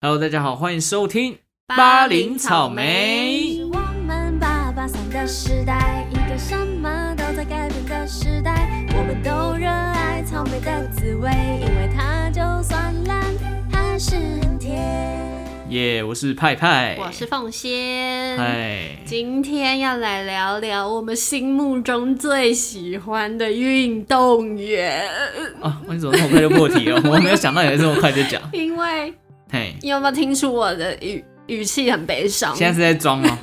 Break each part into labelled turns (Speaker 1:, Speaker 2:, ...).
Speaker 1: Hello，大家好，欢迎收听
Speaker 2: 巴
Speaker 1: 林
Speaker 2: 林
Speaker 1: 草
Speaker 2: 草
Speaker 1: 莓
Speaker 2: 莓
Speaker 3: 是我们八八三的时代，一个什么都在改变的时代。我们都热爱草莓的滋味，因为它就算烂，还是很甜。
Speaker 1: 耶我是派派，
Speaker 2: 我是凤仙。
Speaker 1: 哎，
Speaker 2: 今天要来聊聊我们心目中最喜欢的运动员，
Speaker 1: 啊，你怎么那么快就破题 了？我没有想到你会这么快就讲，
Speaker 2: 因为
Speaker 1: 嘿，
Speaker 2: 你有没有听出我的语语气很悲伤？
Speaker 1: 现在是在装 吗？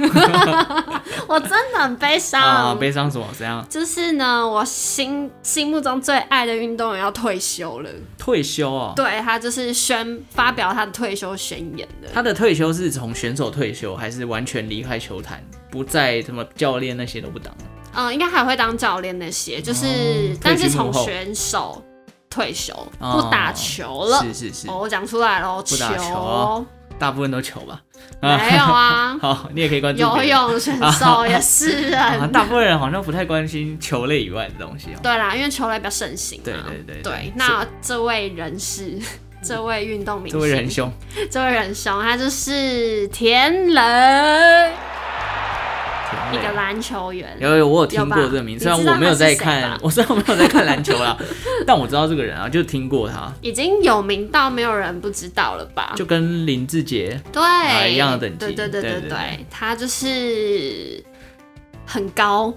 Speaker 2: 我真的很悲伤。
Speaker 1: 啊，悲伤什么？怎样？
Speaker 2: 就是呢，我心心目中最爱的运动员要退休了，
Speaker 1: 退休哦，
Speaker 2: 对他就是宣发表他的退休宣言了。
Speaker 1: 他的退休是从选手退休，还是完全离开球坛，不再什么教练那些都不当？
Speaker 2: 嗯，应该还会当教练那些，就是、
Speaker 1: 哦
Speaker 2: 但是
Speaker 1: 退居幕
Speaker 2: 从
Speaker 1: 后
Speaker 2: 选手退休、
Speaker 1: 哦
Speaker 2: 不打球了。
Speaker 1: 是是是，
Speaker 2: 哦，我讲出来了，
Speaker 1: 不打球大部分都球吧？，
Speaker 2: 没有啊
Speaker 1: 好，你也可以关注
Speaker 2: 游
Speaker 1: 别人
Speaker 2: 泳选手也是
Speaker 1: 啊，
Speaker 2: 人。
Speaker 1: 大部分人好像不太关心球类以外的东西哦。
Speaker 2: 对啦，因为球类比较盛行嘛。
Speaker 1: 对对对对
Speaker 2: 对，那这位人士，这位运动明
Speaker 1: 这
Speaker 2: 星，
Speaker 1: 位仁兄，
Speaker 2: 这位仁兄，他就是田人，一
Speaker 1: 田
Speaker 2: 个
Speaker 1: 磊
Speaker 2: 篮球员。
Speaker 1: 有有，我有听
Speaker 2: 有吧
Speaker 1: 过这个名字，虽然
Speaker 2: 你知道
Speaker 1: 我没有在
Speaker 2: 他
Speaker 1: 看
Speaker 2: 是谁吧，
Speaker 1: 我虽然我没有在看篮球啦，但我知道这个人啊，就听过他，
Speaker 2: 已经有名到没有人不知道了吧？
Speaker 1: 就跟林志杰
Speaker 2: 对、
Speaker 1: 啊一样的等级
Speaker 2: 对对对
Speaker 1: 对
Speaker 2: 对
Speaker 1: 对
Speaker 2: 对
Speaker 1: 对
Speaker 2: 他就是很高，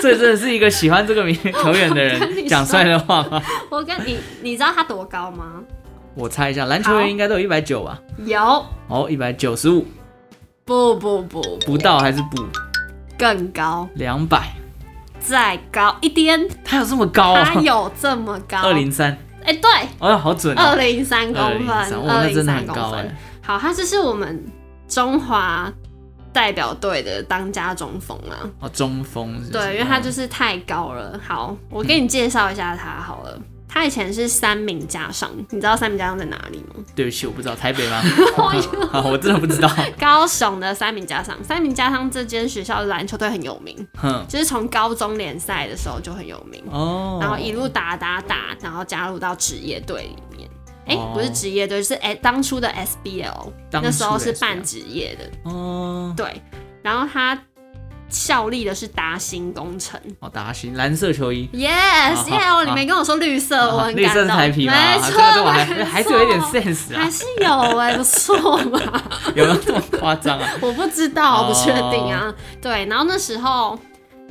Speaker 1: 这真的是一个喜欢这 个名球员的
Speaker 2: 我跟你
Speaker 1: 人
Speaker 2: 说
Speaker 1: 讲出来的话吗？
Speaker 2: 我跟你，你知道他多高吗？
Speaker 1: 我猜一下，篮球员应该都有一百九吧？
Speaker 2: 有，
Speaker 1: 哦，一百九十五
Speaker 2: 不不不，
Speaker 1: 不到还是不
Speaker 2: 更高，
Speaker 1: 两百？
Speaker 2: 再高一点，
Speaker 1: 他有这么高啊
Speaker 2: 他？有这么高？
Speaker 1: 二，零三，
Speaker 2: 哎，对，
Speaker 1: 哎呦，好准
Speaker 2: 二
Speaker 1: 啊！
Speaker 2: 零三公
Speaker 1: 203
Speaker 2: 分，
Speaker 1: 哇，
Speaker 2: 二
Speaker 1: 那
Speaker 2: 零
Speaker 1: 真的
Speaker 2: 三
Speaker 1: 很
Speaker 2: 公
Speaker 1: 高
Speaker 2: 分
Speaker 1: 哎。。
Speaker 2: 好，他就是我们中华代表队的当家中锋啊。
Speaker 1: 哦，中锋是不是
Speaker 2: 对，因为他就
Speaker 1: 哦
Speaker 2: 是太高了。好，我给你介绍一下他好了。他以前是三名家商，你知道三名家商在哪里吗？
Speaker 1: 哦对不起，我不知道台北 吗？好，我真的不知道。
Speaker 2: 高雄的三名家商，三名家商这间学校的篮球队很有名，
Speaker 1: 哼，
Speaker 2: 就是从高中联赛的时候就很有名，
Speaker 1: 哦，
Speaker 2: 然后一路打打打，然后加入到职业队里面。哎、
Speaker 1: 哦
Speaker 2: 不是职业队，就是哎、当初的 SBL，
Speaker 1: 当
Speaker 2: 那时候
Speaker 1: 初
Speaker 2: 是
Speaker 1: 的
Speaker 2: 半
Speaker 1: SBL
Speaker 2: 职业的，
Speaker 1: 哦，
Speaker 2: 对。然后他效力的是达兴工程，
Speaker 1: 哦，达兴蓝色球衣。
Speaker 2: Yes，耶！
Speaker 1: 好
Speaker 2: 哦，你没跟我说绿色，我
Speaker 1: 啊
Speaker 2: 很
Speaker 1: 绿
Speaker 2: 感
Speaker 1: 色
Speaker 2: 动。
Speaker 1: 是台皮吗？
Speaker 2: 没
Speaker 1: 啊
Speaker 2: 错
Speaker 1: 这个，我还
Speaker 2: 没错
Speaker 1: 还是有一点 sense
Speaker 2: 还
Speaker 1: 啊，
Speaker 2: 是有哎，不 错嘛。
Speaker 1: 有没有这么夸张啊？
Speaker 2: 我不知道，我不确定啊。对，然后那时候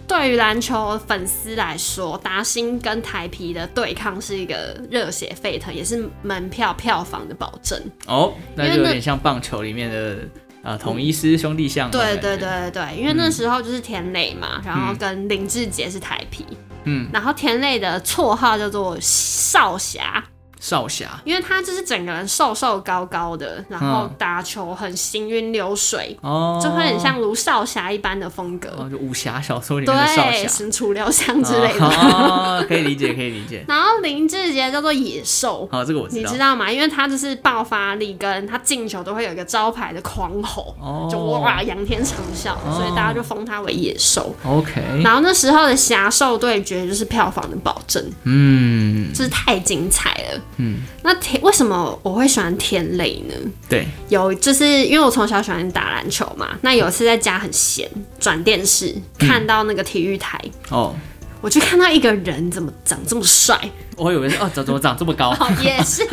Speaker 2: 对于篮球粉丝来说，达兴跟台皮的对抗是一个热血沸腾，也是门票票房的保证。
Speaker 1: 哦，那
Speaker 2: 因为
Speaker 1: 就有
Speaker 2: 那
Speaker 1: 点像棒球里面的呃统一师兄弟像。
Speaker 2: 对对，对对，因为
Speaker 1: 嗯
Speaker 2: 那时候就是田磊嘛，然后跟林志杰是台皮，
Speaker 1: 嗯，
Speaker 2: 然后田磊的绰号叫做少侠。
Speaker 1: 少侠
Speaker 2: 因为他就是整个人瘦瘦高高的，然后打球很行云流水，
Speaker 1: 嗯哦，
Speaker 2: 就会很像卢少侠一般的风格。
Speaker 1: 哦，就武侠小说里面的少
Speaker 2: 对，
Speaker 1: 侠
Speaker 2: 神厨疗香之类的。
Speaker 1: 哦，可以理解，可以理解。
Speaker 2: 然后林志杰叫做野兽，
Speaker 1: 好，这个我
Speaker 2: 你
Speaker 1: 哦道
Speaker 2: 知。道吗？因为他就是爆发力跟他进球都会有一个招牌的狂吼，
Speaker 1: 哦
Speaker 2: 就哇仰天长啸，所以大家就封他为野兽。
Speaker 1: OK，
Speaker 2: 然后那时候的侠兽对决就是票房的保证，
Speaker 1: 嗯，
Speaker 2: 就是太精彩了。
Speaker 1: 嗯，
Speaker 2: 那田为什么我会喜欢田磊呢？
Speaker 1: 对，
Speaker 2: 有，就是因为我从小喜欢打篮球嘛，那有一次在家很闲，转电视看到那个体育台，
Speaker 1: 哦，
Speaker 2: 我就看到一个人怎么长这么帅，
Speaker 1: 我以为是哦，怎怎么长这么高？
Speaker 2: 哦，也是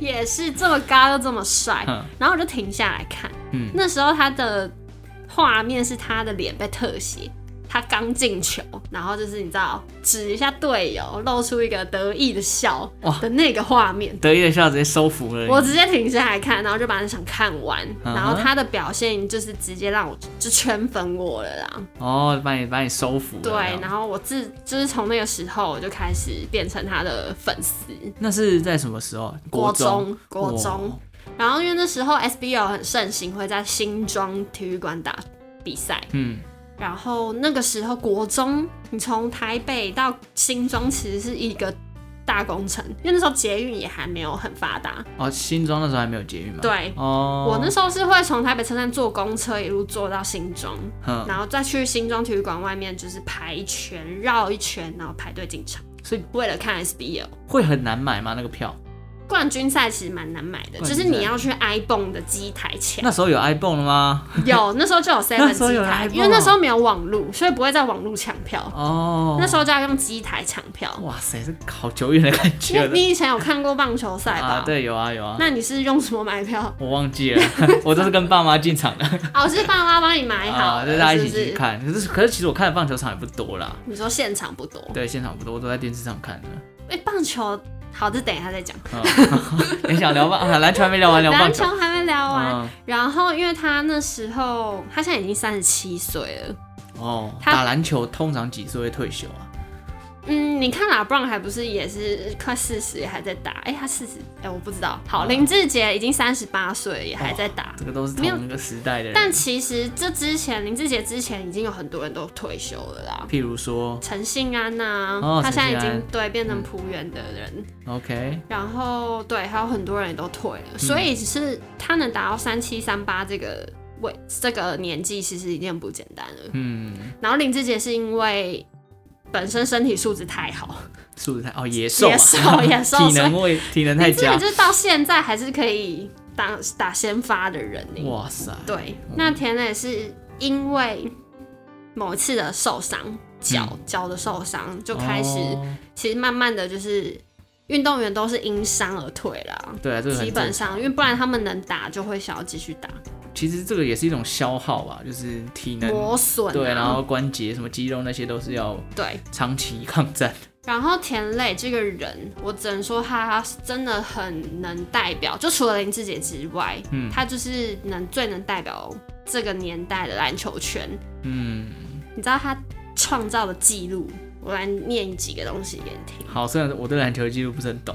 Speaker 2: 也是这么高又这么帅
Speaker 1: 嗯，
Speaker 2: 然后我就停下来看，
Speaker 1: 嗯
Speaker 2: 那时候他的画面是他的脸被特写。他刚进球，然后就是你知道指一下队友，露出一个得意的笑
Speaker 1: 哇
Speaker 2: 的那个画面，
Speaker 1: 得意的笑直接收服了你。
Speaker 2: 我直接停下来看，然后就把那场看完，
Speaker 1: 嗯哼
Speaker 2: 然后他的表现就是直接让我就圈粉我了啦。
Speaker 1: 哦，把你把你收服了。
Speaker 2: 对
Speaker 1: 这样，
Speaker 2: 然后我自就是从那个时候我就开始变成他的粉丝。
Speaker 1: 那是在什么时候？
Speaker 2: 国
Speaker 1: 中，
Speaker 2: 中，国
Speaker 1: 哇
Speaker 2: 中，然后因为那时候 SBL 很盛行，会在新庄体育馆打比赛。
Speaker 1: 嗯，
Speaker 2: 然后那个时候国中，你从台北到新庄其实是一个大工程，因为那时候捷运也还没有很发达。
Speaker 1: 哦，新庄那时候还没有捷运嘛？，
Speaker 2: 对，
Speaker 1: 哦，
Speaker 2: 我那时候是会从台北车站坐公车一路坐到新庄，
Speaker 1: 嗯，
Speaker 2: 然后再去新庄体育馆外面，就是排一圈绕一圈，然后排队进场，
Speaker 1: 所以
Speaker 2: 为了看 SBL。
Speaker 1: 会很难买吗？那个票？
Speaker 2: 冠军赛其实蛮难买的，
Speaker 1: 冠
Speaker 2: 就
Speaker 1: 军
Speaker 2: 是
Speaker 1: 赛
Speaker 2: 你要去 iPhone 的机台抢。
Speaker 1: 那时候有 iPhone 了吗？
Speaker 2: 有那时候就 有
Speaker 1: 那
Speaker 2: Seven
Speaker 1: 时候
Speaker 2: 机
Speaker 1: 有啊
Speaker 2: 台，
Speaker 1: iPhone
Speaker 2: 因为那时候没有网络，所以不会在网络抢票。
Speaker 1: 哦，
Speaker 2: 那时候就要用机台抢票。
Speaker 1: 哇塞，这好久远的感
Speaker 2: 因
Speaker 1: 觉
Speaker 2: 为
Speaker 1: 了
Speaker 2: 你以前有看过棒球赛吧？
Speaker 1: 啊！。对，有啊有啊，
Speaker 2: 那你是用什么买票？
Speaker 1: 我忘记了， 我都是跟爸妈进场的
Speaker 2: 哦，是爸妈帮你买好
Speaker 1: 啊，
Speaker 2: 了，
Speaker 1: 就是大家一起
Speaker 2: 是不
Speaker 1: 去
Speaker 2: 是。
Speaker 1: 看。可是可是其实我看的棒球场也不多啦，
Speaker 2: 你说现场不多，
Speaker 1: 对，现场不多，我都在电视上看的。
Speaker 2: 哎、棒球好，这等一下再讲。
Speaker 1: 嗯， 你想聊棒啊？篮球还没聊完，聊棒
Speaker 2: 篮
Speaker 1: 球
Speaker 2: 球。还没聊完，
Speaker 1: 嗯
Speaker 2: 然后因为他那时候他现在已经三十七岁了，
Speaker 1: 哦，
Speaker 2: 他
Speaker 1: 打篮球通常几岁会退休啊？
Speaker 2: 嗯，你看拉布朗还不是也是快四十也还在打，哎、他四十，哎，我不知道。
Speaker 1: 嗯
Speaker 2: 好，林志杰已经三十八岁也还在打，
Speaker 1: 这个都是
Speaker 2: 没有
Speaker 1: 同一个时代的人。
Speaker 2: 但其实这之前林志杰之前已经有很多人都退休了啦。
Speaker 1: 譬如说
Speaker 2: 陈信安呐、
Speaker 1: 哦
Speaker 2: 他现在已
Speaker 1: 陈信安嗯
Speaker 2: 经对变成浦原的人，
Speaker 1: ，OK，
Speaker 2: 然后对，还有很多人也都退
Speaker 1: 嗯
Speaker 2: 了，所以是他能达到三七三八这个位这个年纪，其实已经很不简单了。
Speaker 1: 嗯，
Speaker 2: 然后林志杰是因为本身身体素质太好，
Speaker 1: 素质太哦，野兽啊，
Speaker 2: 野兽野兽
Speaker 1: 体能位体能太
Speaker 2: 林志杰
Speaker 1: 佳，
Speaker 2: 就是到现在还是可以打打先发的人呢。
Speaker 1: 哇塞，
Speaker 2: 对，那田磊是因为某一次的受伤，脚脚、的受伤，就开始、
Speaker 1: 嗯哦
Speaker 2: 其实慢慢的就是运动员都是因伤而退啦。
Speaker 1: 对啊，这个很
Speaker 2: 基本
Speaker 1: 正
Speaker 2: 上，因为不然他们能打就会想要继续打，
Speaker 1: 其实这个也是一种消耗吧，就是体能
Speaker 2: 磨损、啊。
Speaker 1: 对，然后关节什么肌肉那些都是要
Speaker 2: 对，
Speaker 1: 长期抗战。
Speaker 2: 然后田磊这个人，我只能说他真的很能代表，就除了林志杰之外，
Speaker 1: 嗯
Speaker 2: 他就是能最能代表这个年代的篮球圈。
Speaker 1: 嗯，
Speaker 2: 你知道他创造的记录，我来念几个东西给你听。
Speaker 1: 好，虽然我对篮球技术不是很懂，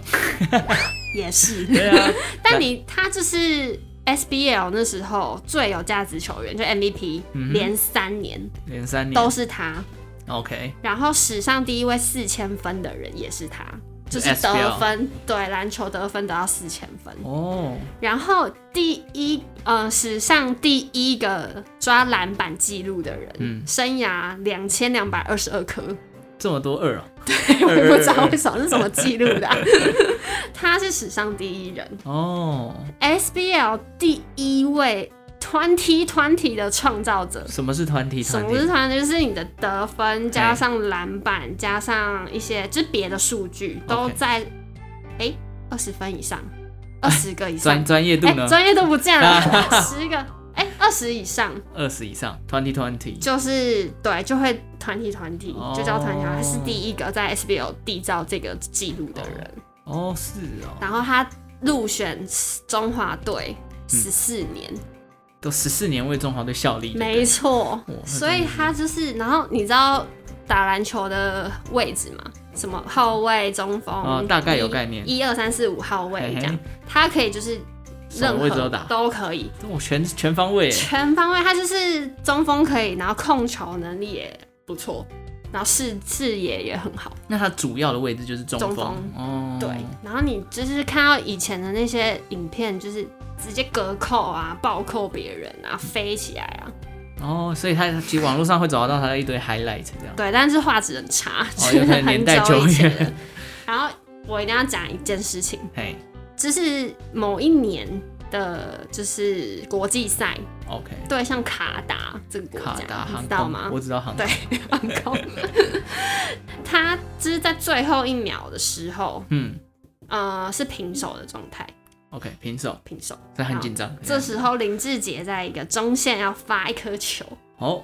Speaker 2: 也是，
Speaker 1: 对啊，
Speaker 2: 但你他就是 SBL 那时候最有价值球员，就 MVP，、连
Speaker 1: 嗯
Speaker 2: 三年
Speaker 1: 连三年
Speaker 2: 都是他。
Speaker 1: OK，
Speaker 2: 然后史上第一位四千分的人也是他，就是
Speaker 1: SBL
Speaker 2: 得分，对篮球得分得到四千分。
Speaker 1: 哦，
Speaker 2: 然后第一，呃，史上第一个抓篮板记录的人，
Speaker 1: 嗯
Speaker 2: 生涯两千两百二十二 颗，
Speaker 1: 这么多二啊，
Speaker 2: 我
Speaker 1: 二
Speaker 2: 不知道为什么是什么记录的啊、 他是史上第一人
Speaker 1: 哦，
Speaker 2: ，SBL 第一位 twenty twenty 的创造者。
Speaker 1: 什么是团体？
Speaker 2: 什
Speaker 1: 团
Speaker 2: 么是
Speaker 1: 体
Speaker 2: 团队？就是你的得分加上篮板加上一些就是别的数据都
Speaker 1: OK
Speaker 2: 在哎二十分以上，二十个以上
Speaker 1: 专，专 业度
Speaker 2: 哎
Speaker 1: 呢？
Speaker 2: 专业都不 见了，十个哎二十以上
Speaker 1: 二十以上，团体团体
Speaker 2: 就是对就会团体团体
Speaker 1: 哦
Speaker 2: 就叫团体，他是第一个在 SBL 缔造这个记录的人，
Speaker 1: 哦，是哦，
Speaker 2: 然后他入选中华队
Speaker 1: 嗯
Speaker 2: 十四年，
Speaker 1: 都十四年为中华队效力，
Speaker 2: 没错
Speaker 1: 哇，那
Speaker 2: 所
Speaker 1: 真
Speaker 2: 以
Speaker 1: 的是
Speaker 2: 他就是，然后你知道打篮球的位置吗？什么后卫、中锋、
Speaker 1: 哦大概有概念
Speaker 2: 一二三四五号位
Speaker 1: 嘿嘿
Speaker 2: 这样，他可以就是任
Speaker 1: 什么
Speaker 2: 何
Speaker 1: 位置都打
Speaker 2: 都可以，
Speaker 1: 我全全方 位耶，
Speaker 2: 全方位。他就是中锋可以，然后控球能力也不错，然后视视野也很好。
Speaker 1: 那他主要的位置就是中锋
Speaker 2: 中锋
Speaker 1: 哦，
Speaker 2: 对，然后你就是看到以前的那些影片，就是直接隔扣啊、暴扣别人啊、飞起来啊，
Speaker 1: 哦，所以他其实网络上会找得到他的一堆 highlight 这样。
Speaker 2: 对，但是画质很差，
Speaker 1: 哦
Speaker 2: 就
Speaker 1: 有
Speaker 2: 是
Speaker 1: 可能
Speaker 2: 很
Speaker 1: 年代
Speaker 2: 久
Speaker 1: 久
Speaker 2: 以前
Speaker 1: 远
Speaker 2: 的。然后我一定要讲一件事情，
Speaker 1: 嘿
Speaker 2: 就是某一年的，就是国际赛
Speaker 1: ，OK，
Speaker 2: 对象卡达这个国
Speaker 1: 卡
Speaker 2: 家
Speaker 1: 达，
Speaker 2: 你
Speaker 1: 航
Speaker 2: 知道
Speaker 1: 空
Speaker 2: 吗，？
Speaker 1: 我知道航
Speaker 2: 对
Speaker 1: 空，
Speaker 2: 航空，他就是在最后一秒的时候，
Speaker 1: 嗯
Speaker 2: 呃，是平手的状态，
Speaker 1: ，OK，平手，
Speaker 2: 平手。
Speaker 1: 这很紧张。哎
Speaker 2: 这时候林志杰在一个中线要发一颗球，
Speaker 1: 哦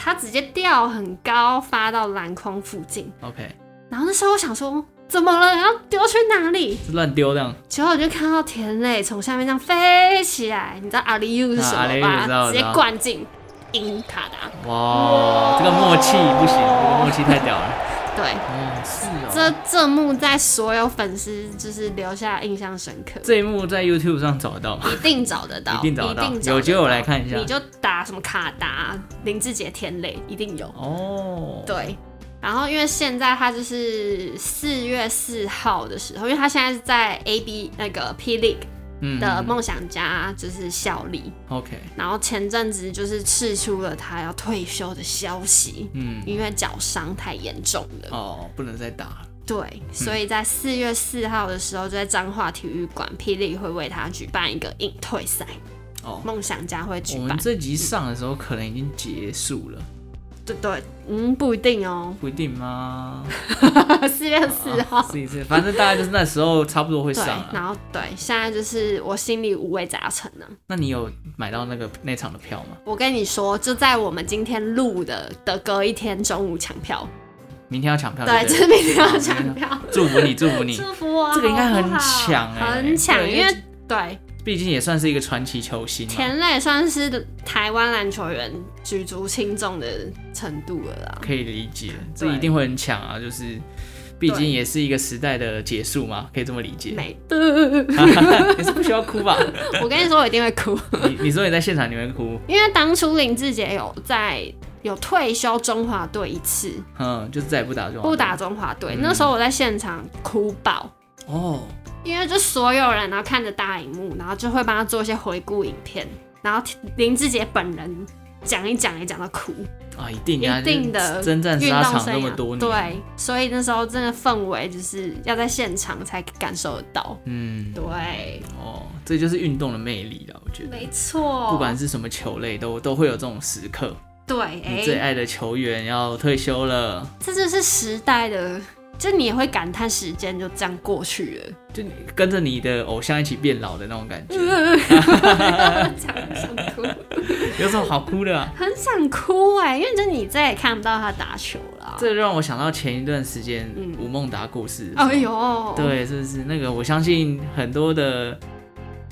Speaker 2: 他直接吊很高，发到篮筐附近。
Speaker 1: ，OK，
Speaker 2: 然后那时候我想说，怎么了？要丢去哪里？
Speaker 1: 是乱丢这样，
Speaker 2: 结果我就看到田磊从下面这样飞起来，你知道阿里 U 是什
Speaker 1: 啊
Speaker 2: 么
Speaker 1: Alley-oop，知道
Speaker 2: 吧？
Speaker 1: 我
Speaker 2: 直
Speaker 1: 知
Speaker 2: 接
Speaker 1: 道
Speaker 2: 灌进赢卡啊达。
Speaker 1: 哇，这个默契不行，这个默契太屌了。
Speaker 2: 对，
Speaker 1: 哦，是哦，
Speaker 2: 这这幕在所有粉丝就是留下印象深刻，
Speaker 1: 这一幕在 YouTube 上找得到吗？
Speaker 2: 一定找得到，
Speaker 1: 一定找得到
Speaker 2: 一定
Speaker 1: 有机会我来看一下
Speaker 2: 你就打什么卡达、林志杰、田磊，一定有。
Speaker 1: 哦，，
Speaker 2: 对。然后，因为现在他就是四月四号的时候，因为他现在是在 A B 那个 P League
Speaker 1: 嗯
Speaker 2: 的梦想家就是效力，
Speaker 1: ，OK，
Speaker 2: 然后前阵子就是释出了他要退休的消息，
Speaker 1: 嗯，
Speaker 2: 因为脚伤太严重了。
Speaker 1: 哦，不能再打了，
Speaker 2: 对，所以在四月四号的时候，就在彰化体育馆，霹雳会为他举办一个引退赛，
Speaker 1: 哦，
Speaker 2: 梦想家会举
Speaker 1: 我们
Speaker 2: 办。
Speaker 1: 这集上的时候可能已经结束了，
Speaker 2: 对对，嗯，不一 定哦。
Speaker 1: 不一定 吗？
Speaker 2: 四月四号，
Speaker 1: 试一试，反正大概就是那时候差不多会
Speaker 2: 对
Speaker 1: 上，啊。
Speaker 2: 然后对，现在就是我心里五味杂陈呢。
Speaker 1: 那你有买到那个那场的票吗？
Speaker 2: 我跟你说，就在我们今天录的的隔一天中午抢票，
Speaker 1: 明天要抢票，
Speaker 2: 对，
Speaker 1: 不
Speaker 2: 就是明天要
Speaker 1: 好
Speaker 2: 抢
Speaker 1: 明天
Speaker 2: 票，
Speaker 1: 祝福你，祝福你。
Speaker 2: 祝福我。
Speaker 1: 嗯这个应该很
Speaker 2: 好不好
Speaker 1: 抢欸
Speaker 2: 很抢，
Speaker 1: 对
Speaker 2: 因
Speaker 1: 因为嗯
Speaker 2: 为对
Speaker 1: 毕竟也算是一个传奇球星啊嘛，
Speaker 2: 田磊算是台湾篮球员举足轻重的程度了啦。
Speaker 1: 可以理解，这一定会很强啊，就是。毕竟也是一个时代的结束嘛，可以这么理解。
Speaker 2: 美的，
Speaker 1: 你是不需要哭吧？
Speaker 2: 我跟你说，我一定会哭，
Speaker 1: 你你说你在现场你会哭，
Speaker 2: 因为当初林志杰有在有退休中华队一次，
Speaker 1: 嗯，就是再也不打就好了
Speaker 2: 不打中华队，
Speaker 1: 嗯
Speaker 2: 那时候我在现场哭爆。
Speaker 1: 哦，
Speaker 2: 因为就所有人，然后看着大荧幕，然后就会帮他做一些回顾影片，然后林志杰本人讲一讲一讲到哭，
Speaker 1: 啊，一定啊，
Speaker 2: 一定的
Speaker 1: 就是征战
Speaker 2: 运
Speaker 1: 沙
Speaker 2: 动
Speaker 1: 场
Speaker 2: 生
Speaker 1: 那么
Speaker 2: 涯
Speaker 1: 多年，，
Speaker 2: 对，所以那时候真的氛围就是要在现场才感受得到，
Speaker 1: 嗯，
Speaker 2: 对，
Speaker 1: 哦，这就是运动的魅力了，我觉得，
Speaker 2: 没错，
Speaker 1: 不管是什么球类都都会有这种时刻，
Speaker 2: 对，
Speaker 1: 你
Speaker 2: 哎、
Speaker 1: 最爱的球员要退休了，
Speaker 2: 这就是时代的，就你也会感叹时间就这样过去 了，
Speaker 1: 就你跟着你的偶像一起变老的那种感觉，
Speaker 2: 嗯讲得想哭，
Speaker 1: 有什么好哭 的啊？
Speaker 2: 很想哭哎、因为就你再也看不到他打球了啊，
Speaker 1: 这让我想到前一段时间
Speaker 2: 嗯
Speaker 1: 吴孟达过世，
Speaker 2: 哎，呦，，
Speaker 1: 对，啊是不是那个？我相信很多的，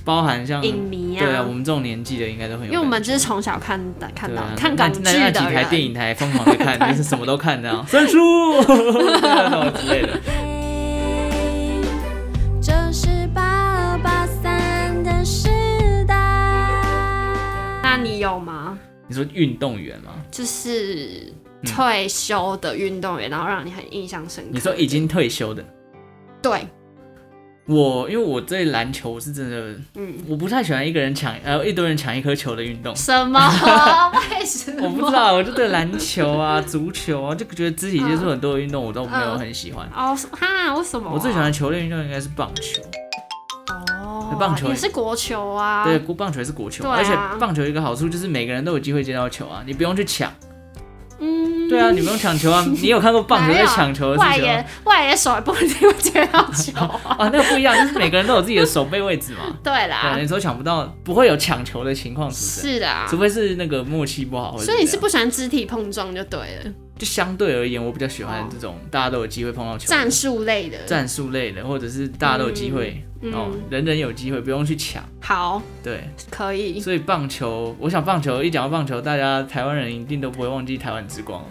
Speaker 1: 包含像
Speaker 2: 影迷啊，
Speaker 1: 对啊，我们这种年纪的应该都很有感觉，
Speaker 2: 因为我们就是从小看的看
Speaker 1: 对
Speaker 2: 到、
Speaker 1: 啊
Speaker 2: 看
Speaker 1: 那
Speaker 2: 港剧
Speaker 1: 那那几
Speaker 2: 的
Speaker 1: 台
Speaker 2: 人，
Speaker 1: 电影台疯狂的 看，就是什么都看这样，三叔 对啊那种之类的。
Speaker 3: 嘿，这是八八三的时代。
Speaker 2: 那你有吗？
Speaker 1: 你说运动员吗？
Speaker 2: 就是退休的运动员，然后让你很印象深刻。
Speaker 1: 嗯你说已经退休的，
Speaker 2: 对，
Speaker 1: 我因为我对篮球是真的，
Speaker 2: 嗯，。
Speaker 1: 我不太喜欢一个人抢，呃，一堆人抢一颗球的运动
Speaker 2: 什么？为什么？
Speaker 1: 我不知。道，我就对篮球啊、足球啊，就觉得肢体接触很多的运动我都没有很喜 欢。
Speaker 2: 哦哈，为什么啊、
Speaker 1: 我最喜欢的球类运动应该是棒球，
Speaker 2: 哦，
Speaker 1: 棒球欸
Speaker 2: 也是国球啊。
Speaker 1: 对，，棒球也是国球，
Speaker 2: 对啊
Speaker 1: 而且棒球有一个好处就是每个人都有机会接到球啊，你不用去 抢。
Speaker 2: 嗯，
Speaker 1: 对啊，你不用抢球啊，你有看过棒球
Speaker 2: 哪
Speaker 1: 在
Speaker 2: 有
Speaker 1: 抢球的
Speaker 2: 外
Speaker 1: 事情吗
Speaker 2: 野？外野手也不一定会接到 球。
Speaker 1: 啊，那个不一样，就是每个人都有自己的守备位置 嘛。
Speaker 2: 对
Speaker 1: 对啊，
Speaker 2: 啦，
Speaker 1: 你说抢不到，不会有抢球的情况出现，
Speaker 2: 是的啊
Speaker 1: 除。非是那个默契不好，或者
Speaker 2: 所以你
Speaker 1: 怎
Speaker 2: 是
Speaker 1: 样
Speaker 2: 不喜欢肢体碰撞就对了，
Speaker 1: 就相对啊而言，我比较喜欢这种大家都有机会碰到球的
Speaker 2: 哦战术类的。
Speaker 1: 战术类的，或者是大家都有机会、
Speaker 2: 嗯嗯
Speaker 1: 哦，人人有机会，不用去抢。
Speaker 2: 好，
Speaker 1: 对，
Speaker 2: 可以。
Speaker 1: 所以棒球，我想棒球一讲到棒球，大家台湾人一定都不会忘记台湾之光，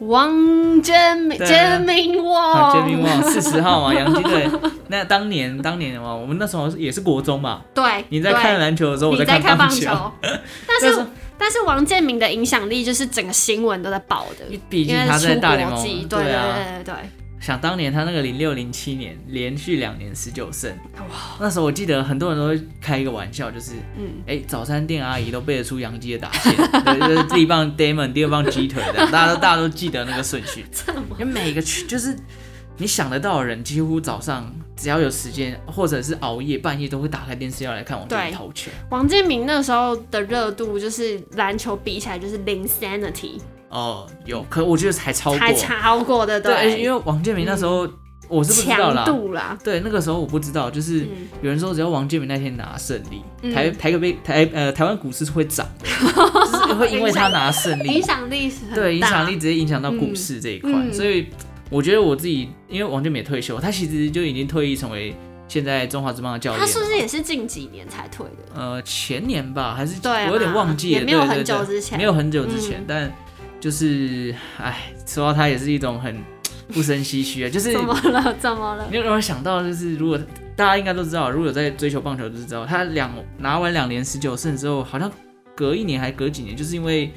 Speaker 2: 汪真明，
Speaker 1: 对啊
Speaker 2: 真明
Speaker 1: 啊，
Speaker 2: 旺，
Speaker 1: 杰明旺四十号嘛，洋基队。 那当年当年嘛，我们那时候也是国中嘛，
Speaker 2: 对，
Speaker 1: 你在看
Speaker 2: 对
Speaker 1: 篮球的时候，我
Speaker 2: 你
Speaker 1: 看
Speaker 2: 看
Speaker 1: 棒
Speaker 2: 棒球，但
Speaker 1: 那时候
Speaker 2: 是但是王建民的影响力就是整个新闻都在报的，
Speaker 1: 毕
Speaker 2: 因
Speaker 1: 竟
Speaker 2: 为
Speaker 1: 他
Speaker 2: 是
Speaker 1: 在
Speaker 2: 出
Speaker 1: 大联
Speaker 2: 国
Speaker 1: 盟
Speaker 2: 籍，，对
Speaker 1: 对
Speaker 2: 对
Speaker 1: 啊，
Speaker 2: 对对对，
Speaker 1: 想当年他那个零六零七年连续两年十九胜，那时候我记得很多人都会开一个玩笑，就是
Speaker 2: 嗯，
Speaker 1: 哎、早餐店阿姨都背得出洋基的打线， 对，就是第一棒 Damon，第二棒鸡腿的，大家都大家都记得那个顺序，因为每个区就是你想得到的人，几乎早上只要有时间或者是熬夜半夜都会打开电视要来看我
Speaker 2: 对
Speaker 1: 们投球
Speaker 2: 王建民那时候的热度就是篮球比起来就是零 sanity
Speaker 1: 哦，有，可我觉得才超过，
Speaker 2: 还超过的，
Speaker 1: 对，而且因
Speaker 2: 为
Speaker 1: 为王建民那时候、我是不知道
Speaker 2: 嗯强
Speaker 1: 啦，
Speaker 2: 度啦，
Speaker 1: 对，那个时候我不知道，就是
Speaker 2: 嗯
Speaker 1: 有人说只要王建民那天拿胜利，
Speaker 2: 嗯
Speaker 1: 台台北台呃台湾股市是会涨的， 就是会因为他拿胜
Speaker 2: 影
Speaker 1: 利，
Speaker 2: 响力是很大
Speaker 1: 对影响力，直接影响到股市这一块，
Speaker 2: 嗯嗯
Speaker 1: 所以我觉得我自己因为王建民也退休，他其实就已经退役成为现在中华之邦的教
Speaker 2: 他
Speaker 1: 练。
Speaker 2: 是不是也是近几年才退的？
Speaker 1: 呃，前年吧，还是
Speaker 2: 对啊
Speaker 1: 我有点忘记了，
Speaker 2: 也没有
Speaker 1: 对
Speaker 2: 很
Speaker 1: 对对
Speaker 2: 久之前
Speaker 1: 没有很久之前，
Speaker 2: 嗯
Speaker 1: 但就是，哎，说到他也是一种很不生唏嘘啊，就是
Speaker 2: 怎么了？怎么了？
Speaker 1: 你有没有想到，就是如果大家应该都知道，如果有在追求棒球都知道，他两拿完两年十九胜之后，好像隔一年还隔几年，就是因为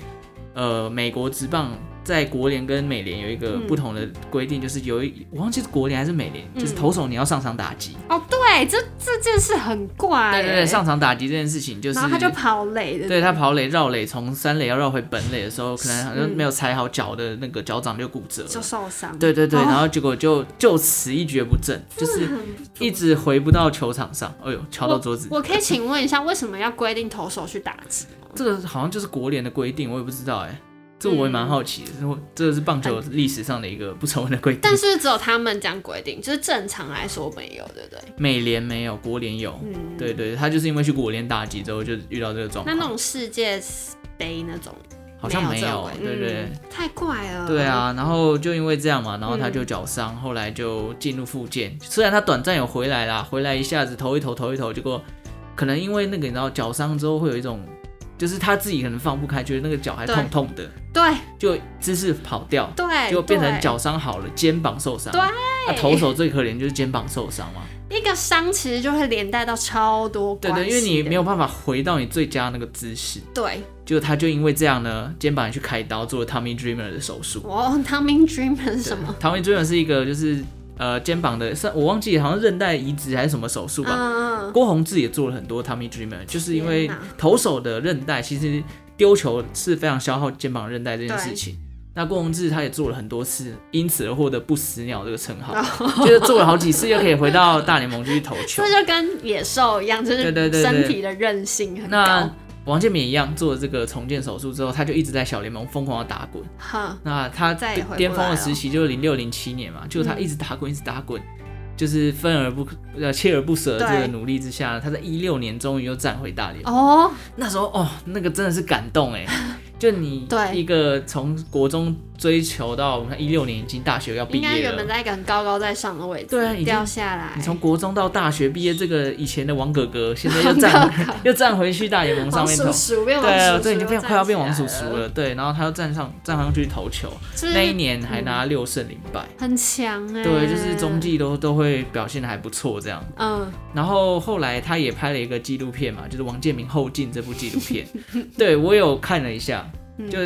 Speaker 1: 呃美国职棒在国联跟美联有一个
Speaker 2: 嗯
Speaker 1: 不同的规定，就是有一我忘记是国联还是美联，就是投手你要上场打击。
Speaker 2: 哦，对，这这件事很怪、欸，
Speaker 1: 对对对，上场打击这件事情就是
Speaker 2: 然后他就跑垒的，
Speaker 1: 对他跑垒绕垒，从三垒要绕回本垒的时候，可能好像没有踩好脚的那个脚掌就骨折了。
Speaker 2: 就受伤，
Speaker 1: 对对对，
Speaker 2: 哦
Speaker 1: 然后结果就就此一蹶不振，就是一直回不到球场上。哎呦，敲到桌子，
Speaker 2: 我。我可以请问一下，为什么要规定投手去打击？
Speaker 1: 这个好像就是国联的规定，我也不知道哎、这我也蛮好奇的，因为这个是棒球历史上的一个不成文的规定。
Speaker 2: 但是只有他们这样规定，就是正常来说没有，对不对？
Speaker 1: 美联没有，国联有。
Speaker 2: 嗯
Speaker 1: 对对，他就是因为去国联打击之后就遇到这个状
Speaker 2: 那那
Speaker 1: 况，
Speaker 2: 种世界杯那种
Speaker 1: 好像
Speaker 2: 没
Speaker 1: 没有欸
Speaker 2: 这，种规
Speaker 1: 对对对
Speaker 2: 嗯，嗯太怪了。
Speaker 1: 对，啊，然后就因为这样嘛，然后他就脚伤，后来就进入复健。虽然他短暂有回来啦，回来一下子投一投投一投，结果可能因为那个你知道脚伤之后会有一种，就是他自己可能放不开，觉得那个脚还
Speaker 2: 对
Speaker 1: 痛痛的，
Speaker 2: 对
Speaker 1: 就姿势跑掉，
Speaker 2: 对，
Speaker 1: 就变成
Speaker 2: 对
Speaker 1: 脚伤好了，肩膀受伤。
Speaker 2: 哎对
Speaker 1: 啊，投手最可怜就是肩膀受伤嘛。
Speaker 2: 一个伤，其实就会连带到超多
Speaker 1: 对
Speaker 2: 关系
Speaker 1: 对，因为你
Speaker 2: 的
Speaker 1: 没有办法回到你最佳那个姿势，
Speaker 2: 对，
Speaker 1: 就他就因为这样呢，肩膀去开刀做了 Tommy Dreamer 的手术。
Speaker 2: 我 Tommy Dreamer 是什么？
Speaker 1: 唐明追本是一个就是呃肩膀的，算我忘记好像韧带移植还是什么手术吧。
Speaker 2: 嗯，嗯
Speaker 1: 郭宏志也做了很多 Tommy Dreamer，就是因为
Speaker 2: 天哪
Speaker 1: 投手的韧带其实丢球是非常消耗肩膀韧带这件事情。那郭宏志他也做了很多次，因此而获得“不死鸟”这个称号，就是做了好几次又可以回到大联盟去投球
Speaker 2: 这。就跟野兽一样，就是
Speaker 1: 对对对对
Speaker 2: 身体的韧性很
Speaker 1: 那
Speaker 2: 高。
Speaker 1: 王建民也一样做了这个重建手术之后，他就一直在小联盟疯狂的打滚。
Speaker 2: 哼，
Speaker 1: 那他
Speaker 2: 再也回不
Speaker 1: 巅峰的
Speaker 2: 来了
Speaker 1: 时期就是零六零七年嘛，就他一直打滚，一直打滚，就是分而不呃锲而不舍的这个
Speaker 2: 对
Speaker 1: 努力之下，他在一六年终于又站回大连。
Speaker 2: 哦，
Speaker 1: 那时候哦，那个真的是感动 哎，就你
Speaker 2: 对
Speaker 1: 一个从国中追求到我们一六年已经大学要毕
Speaker 2: 应该
Speaker 1: 业
Speaker 2: 原本
Speaker 1: 了。
Speaker 2: 在一个很高高在上的位置，
Speaker 1: 对啊已经
Speaker 2: 掉下来，
Speaker 1: 你从国中到大学毕业，这个以前的王哥哥，现在又站 又站回去大联盟上
Speaker 2: 王
Speaker 1: 面投
Speaker 2: 叔，叔变
Speaker 1: 对
Speaker 2: 王叔
Speaker 1: 啊，
Speaker 2: 叔，
Speaker 1: 对，已经变快要变王叔
Speaker 2: 站起
Speaker 1: 叔
Speaker 2: 来
Speaker 1: 了，对，然后他又站上站上去投球，
Speaker 2: 就是
Speaker 1: 那一年还拿六胜零败，
Speaker 2: 很强哎、
Speaker 1: 对，就是中，继都都会表现的还不错这样。
Speaker 2: 嗯，
Speaker 1: 然后后来他也拍了一个纪录片嘛，就是王建民后进这部纪录 片，对我有看了一下，
Speaker 2: 嗯
Speaker 1: 就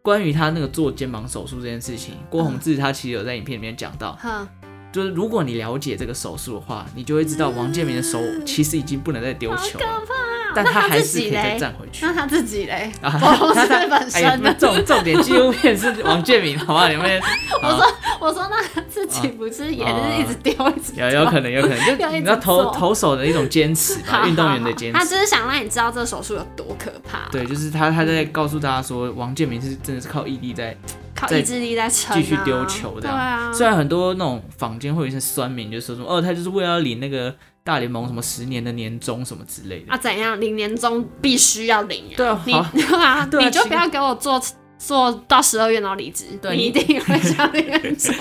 Speaker 1: 关于他那个做肩膀手术这件事情，郭宏志他其实有在影片里面讲到，
Speaker 2: 哼，
Speaker 1: 就是如果你了解这个手术的话，你就会知道王建民的手其实已经不能再丢
Speaker 2: 好
Speaker 1: 球
Speaker 2: 可
Speaker 1: 了，
Speaker 2: 怕。
Speaker 1: 但
Speaker 2: 那
Speaker 1: 他
Speaker 2: 他
Speaker 1: 还
Speaker 2: 自
Speaker 1: 是可
Speaker 2: 己
Speaker 1: 以再
Speaker 2: 嘞
Speaker 1: 站回 去。
Speaker 2: 那他自 己嘞，
Speaker 1: 啊
Speaker 2: 不
Speaker 1: 他
Speaker 2: 是
Speaker 1: 他
Speaker 2: 本
Speaker 1: 哎呀，
Speaker 2: 身
Speaker 1: 不
Speaker 2: 的
Speaker 1: 是。重 重点纪录片是王建民，好不好？你们
Speaker 2: 我说我说那他自己不是也
Speaker 1: 啊
Speaker 2: 是一直丢一直丢
Speaker 1: 有有可能，有可 能，就
Speaker 2: 要一
Speaker 1: 你
Speaker 2: 直
Speaker 1: 知道投
Speaker 2: 做
Speaker 1: 投手的一种坚持
Speaker 2: 好好
Speaker 1: 吧，运动员的
Speaker 2: 好
Speaker 1: 坚
Speaker 2: 他
Speaker 1: 持。
Speaker 2: 只是想让你知道这手术有多可怕，
Speaker 1: 对，就是他他在告诉大家说，王建民是真的是靠毅力在
Speaker 2: 靠
Speaker 1: 再
Speaker 2: 意志力在撑、啊，
Speaker 1: 继续丢球的、
Speaker 2: 对啊，
Speaker 1: 虽然很多那种坊间会有一些酸民就说什么，哦，他就是为了领那个大联盟什么十年的年终什么之类的。
Speaker 2: 啊怎样，零年中必须要领啊，
Speaker 1: 对啊
Speaker 2: 你
Speaker 1: 好
Speaker 2: 对 啊，
Speaker 1: 对啊
Speaker 2: 你就
Speaker 1: 其
Speaker 2: 不要给我做做到十二月然后离职，
Speaker 1: 对
Speaker 2: 你
Speaker 1: 你
Speaker 2: 一定会像零年 中，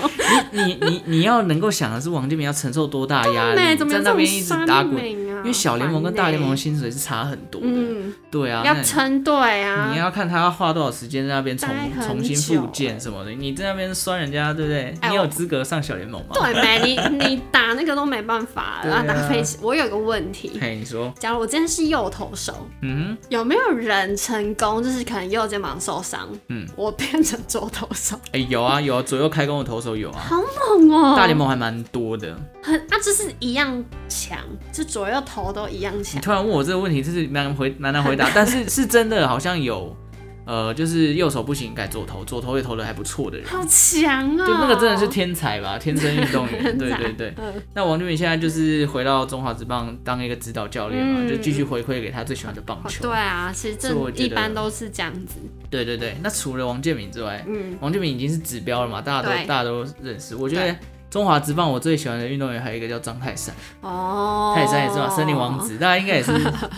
Speaker 1: 你你你要能够想的是，王建民要承受多大压
Speaker 2: 妹
Speaker 1: 力，
Speaker 2: 欸怎么
Speaker 1: 啊在
Speaker 2: 有
Speaker 1: 那边
Speaker 2: 这种
Speaker 1: 一直
Speaker 2: 酸
Speaker 1: 打滚。
Speaker 2: 民啊？
Speaker 1: 因为小联盟跟大联盟的薪水是差很多的，
Speaker 2: 嗯，
Speaker 1: 对啊，那
Speaker 2: 要撑队啊，
Speaker 1: 你要看他要花多少时间在那边重
Speaker 2: 待很欸
Speaker 1: 重新复健什么的，你在那边酸人家，对不对？
Speaker 2: 哎
Speaker 1: 你有
Speaker 2: 我
Speaker 1: 资格上小联盟吗？
Speaker 2: 对没？你你打那个都没办法
Speaker 1: 对
Speaker 2: 了，
Speaker 1: 啊
Speaker 2: 啊打飞机。我有个问题，
Speaker 1: 嘿，你说，
Speaker 2: 假如我今天是右投手，
Speaker 1: 嗯哼，
Speaker 2: 有没有人成功就是可能右肩膀受伤，
Speaker 1: 嗯，
Speaker 2: 我变成左投手，
Speaker 1: 哎、有啊有啊，左右开弓的投手有啊，
Speaker 2: 好猛哦！
Speaker 1: 大联盟还蛮多的。
Speaker 2: 很啊，就是一样强，就左右头都一样
Speaker 1: 你
Speaker 2: 强，
Speaker 1: 突然问我这个问题，这是蛮难回蛮难回 答，但是是真的好像有，呃，就是右手不行改左投，左投也投的还不错的人。
Speaker 2: 好强啊！
Speaker 1: 就那个真的是天才吧，天生运动 员，
Speaker 2: 很
Speaker 1: 对
Speaker 2: 惨
Speaker 1: 对对。
Speaker 2: 嗯
Speaker 1: 那王俊敏现在就是回到中华职棒当一个指导教练嘛，
Speaker 2: 嗯
Speaker 1: 就继续回馈给他最喜欢的棒
Speaker 2: 哦
Speaker 1: 球。
Speaker 2: 对啊，其实
Speaker 1: 所以我
Speaker 2: 这
Speaker 1: 觉
Speaker 2: 一
Speaker 1: 得
Speaker 2: 般都是这样子，
Speaker 1: 对对对，那除了王建民之外，
Speaker 2: 嗯，
Speaker 1: 王建民已经是指标了嘛，大家都
Speaker 2: 对
Speaker 1: 大家都认识。我觉得
Speaker 2: 对
Speaker 1: 中华职棒我最喜欢的运动员还有一个叫张泰山，
Speaker 2: 哦，
Speaker 1: 泰山也是吧，森林王。子，大家应该 也是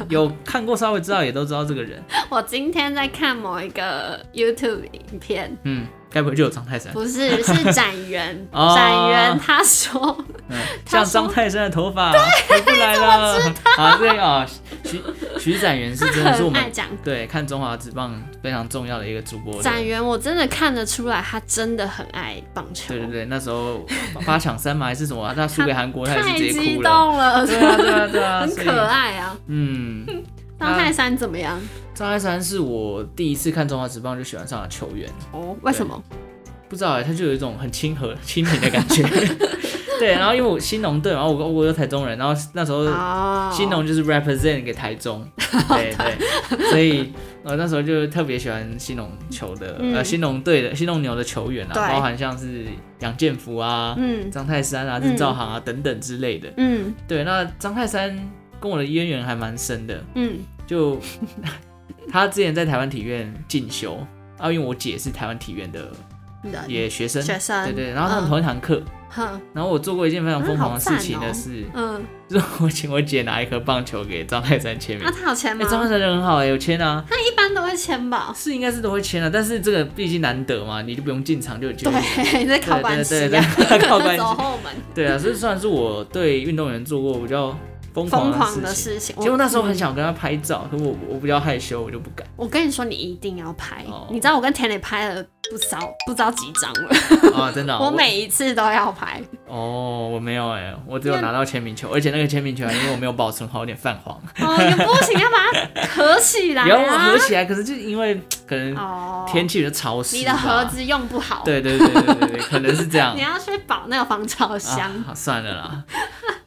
Speaker 1: 有看过，稍微知道也都知道这个人。
Speaker 2: 我今天在看某一个 YouTube 影片，
Speaker 1: 嗯，该不会就有张泰山？，
Speaker 2: 不是是展元
Speaker 1: 哦
Speaker 2: 展元他说，
Speaker 1: 嗯，
Speaker 2: 他
Speaker 1: 像
Speaker 2: 说
Speaker 1: 张泰山的头发啊回不来了。啊，对啊，徐徐展元是真的是我
Speaker 2: 很爱
Speaker 1: 们
Speaker 2: 讲
Speaker 1: 对看中华职棒非常重要的一个主播的。
Speaker 2: 展元我真的看得出来，他真的很爱棒球
Speaker 1: 对，对对，那时候八强三嘛还是什么啊，他输给韩国，他也是
Speaker 2: 太
Speaker 1: 直接
Speaker 2: 激
Speaker 1: 哭了。
Speaker 2: 动了，
Speaker 1: 啊对啊对啊对啊，
Speaker 2: 很
Speaker 1: 所以
Speaker 2: 可爱啊。
Speaker 1: 嗯，
Speaker 2: 张泰山怎么样？
Speaker 1: 张泰山是我第一次看中华职棒就喜欢上的球员，
Speaker 2: 哦，为什么？
Speaker 1: 不知道哎、他就有一种很亲和、亲民的感 觉。对，然后因为我新农队嘛，然后我我又台中人，然后那时候
Speaker 2: 哦，
Speaker 1: 新农就是 represent 给台 中，对对，所以我那时候就特别喜欢新农球的，
Speaker 2: 嗯
Speaker 1: 呃，新农队的新农牛的球员啊，
Speaker 2: 对
Speaker 1: 包含像是杨建福啊、
Speaker 2: 嗯
Speaker 1: 张泰山啊、
Speaker 2: 嗯
Speaker 1: 任兆航啊、等等之类的。
Speaker 2: 嗯
Speaker 1: 对，那张泰山跟我的渊源还蛮深的，
Speaker 2: 嗯，
Speaker 1: 就他之前在台湾体院进修，啊，因为我姐是台湾体院的
Speaker 2: 人
Speaker 1: 也学生，
Speaker 2: 学生
Speaker 1: 对对，然后他们
Speaker 2: 嗯
Speaker 1: 同一堂课，
Speaker 2: 哼
Speaker 1: 然后我做过一件非常疯狂的事情
Speaker 2: 啊好赞哦
Speaker 1: 的是，
Speaker 2: 嗯，
Speaker 1: 就是我请我姐拿一颗棒球给张泰山签名
Speaker 2: 那。他有签
Speaker 1: 哎、
Speaker 2: 吗？
Speaker 1: 张泰山人很好哎、有签啊，
Speaker 2: 一般都会签吧？
Speaker 1: 是应该是都会签啊，但是这个毕竟难得嘛，你就不用进场就有机会。
Speaker 2: 对，在靠关系
Speaker 1: 对
Speaker 2: 啊，
Speaker 1: 对 对，靠关系
Speaker 2: 走。后门，
Speaker 1: 对啊，所以算是我对运动员做过比较疯
Speaker 2: 疯狂
Speaker 1: 狂
Speaker 2: 的
Speaker 1: 的事情。
Speaker 2: 事情。
Speaker 1: 结果那时候
Speaker 2: 我
Speaker 1: 很想跟他拍照，可我我比较害羞，我就不 敢。
Speaker 2: 我跟你说，你一定要拍。
Speaker 1: 哦
Speaker 2: 你知道我跟田磊拍了不少，不知道几张了。
Speaker 1: 啊，真的啊、
Speaker 2: 我每一次都要拍。
Speaker 1: 哦，我没有哎、我只有拿到签名球，而且那个签名球因为我没有保存好，有点泛黄。
Speaker 2: 哦，你不行，要把它合起 来
Speaker 1: 然后我
Speaker 2: 啊
Speaker 1: 合。起来，可是就因为可能
Speaker 2: 哦，
Speaker 1: 天气比较潮湿吧，
Speaker 2: 你的盒子用不好，
Speaker 1: 对对对对对对，可能是这样
Speaker 2: 你。要去保那个防潮箱
Speaker 1: 啊。好算了啦，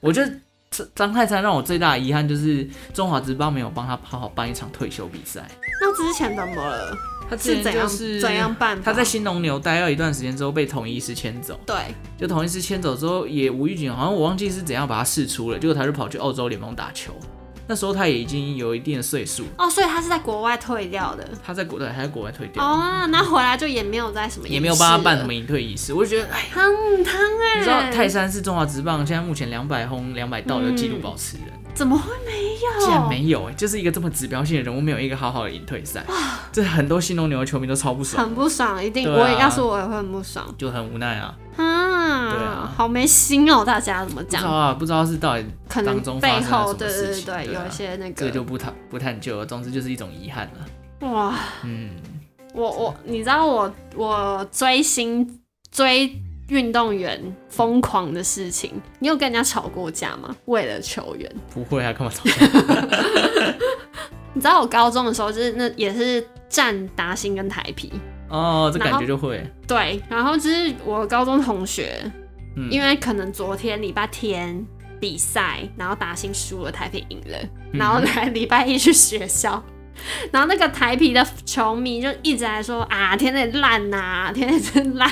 Speaker 1: 我觉得张张泰山让我最大的遗憾就是中华职棒没有帮他好好办一场退休比赛。
Speaker 2: 那之前怎么了？
Speaker 1: 他之
Speaker 2: 是
Speaker 1: 前
Speaker 2: 怎
Speaker 1: 就
Speaker 2: 样
Speaker 1: 是
Speaker 2: 怎样办法？
Speaker 1: 他在新农牛待了一段时间之后被统一师牵走，
Speaker 2: 对
Speaker 1: 就统一师牵走之后也无预警，好像我忘记是怎样把他释出了，结果他就跑去澳洲联盟打球。那时候他也已经有一定的岁数，
Speaker 2: 哦，所以他是在国外退掉的。
Speaker 1: 他在国对他在国外退掉，
Speaker 2: 哦，那回来就也没有在什么，
Speaker 1: 也没有帮他办什么。引退仪式。我就觉得，哎，
Speaker 2: 汤汤哎，
Speaker 1: 你知道泰山是中华职棒现在目前两百轰、两百盗的纪录保持人，
Speaker 2: 怎么会没有？
Speaker 1: 竟然没有哎、就是一个这么指标性的人物，没有一个好好的引退赛，这很多新农牛的球迷都超不爽，
Speaker 2: 很不爽，一定，
Speaker 1: 对啊
Speaker 2: 我也要是我也会很不爽
Speaker 1: 就很无奈啊。
Speaker 2: 啊，
Speaker 1: 对啊
Speaker 2: 好没心哦，大家怎么
Speaker 1: 不知道
Speaker 2: 讲？
Speaker 1: 啊，不知道是到底
Speaker 2: 可
Speaker 1: 当中
Speaker 2: 能
Speaker 1: 发
Speaker 2: 背
Speaker 1: 生了
Speaker 2: 后
Speaker 1: 什么
Speaker 2: 对
Speaker 1: 事
Speaker 2: 对
Speaker 1: 情，
Speaker 2: 对，
Speaker 1: 啊
Speaker 2: 有一些那
Speaker 1: 这
Speaker 2: 个
Speaker 1: 个就不探不探究了，总之就是一种遗憾了。
Speaker 2: 哇，
Speaker 1: 嗯，
Speaker 2: 我我你知道我我追星追运动员疯狂的事情，你有跟人家吵过架吗？为了球员，
Speaker 1: 不会啊，干嘛吵？
Speaker 2: 你知道我高中的时候就是那也是站达兴跟台皮。
Speaker 1: 哦，这感觉就会，
Speaker 2: 对，然后就是我高中同学，
Speaker 1: 嗯，
Speaker 2: 因为可能昨天礼拜天比赛，然后达兴输了，台皮赢了，
Speaker 1: 嗯
Speaker 2: 然后来礼拜一去学校， 然后那个台皮的球迷就一直在说啊，天天烂呐， 天天真烂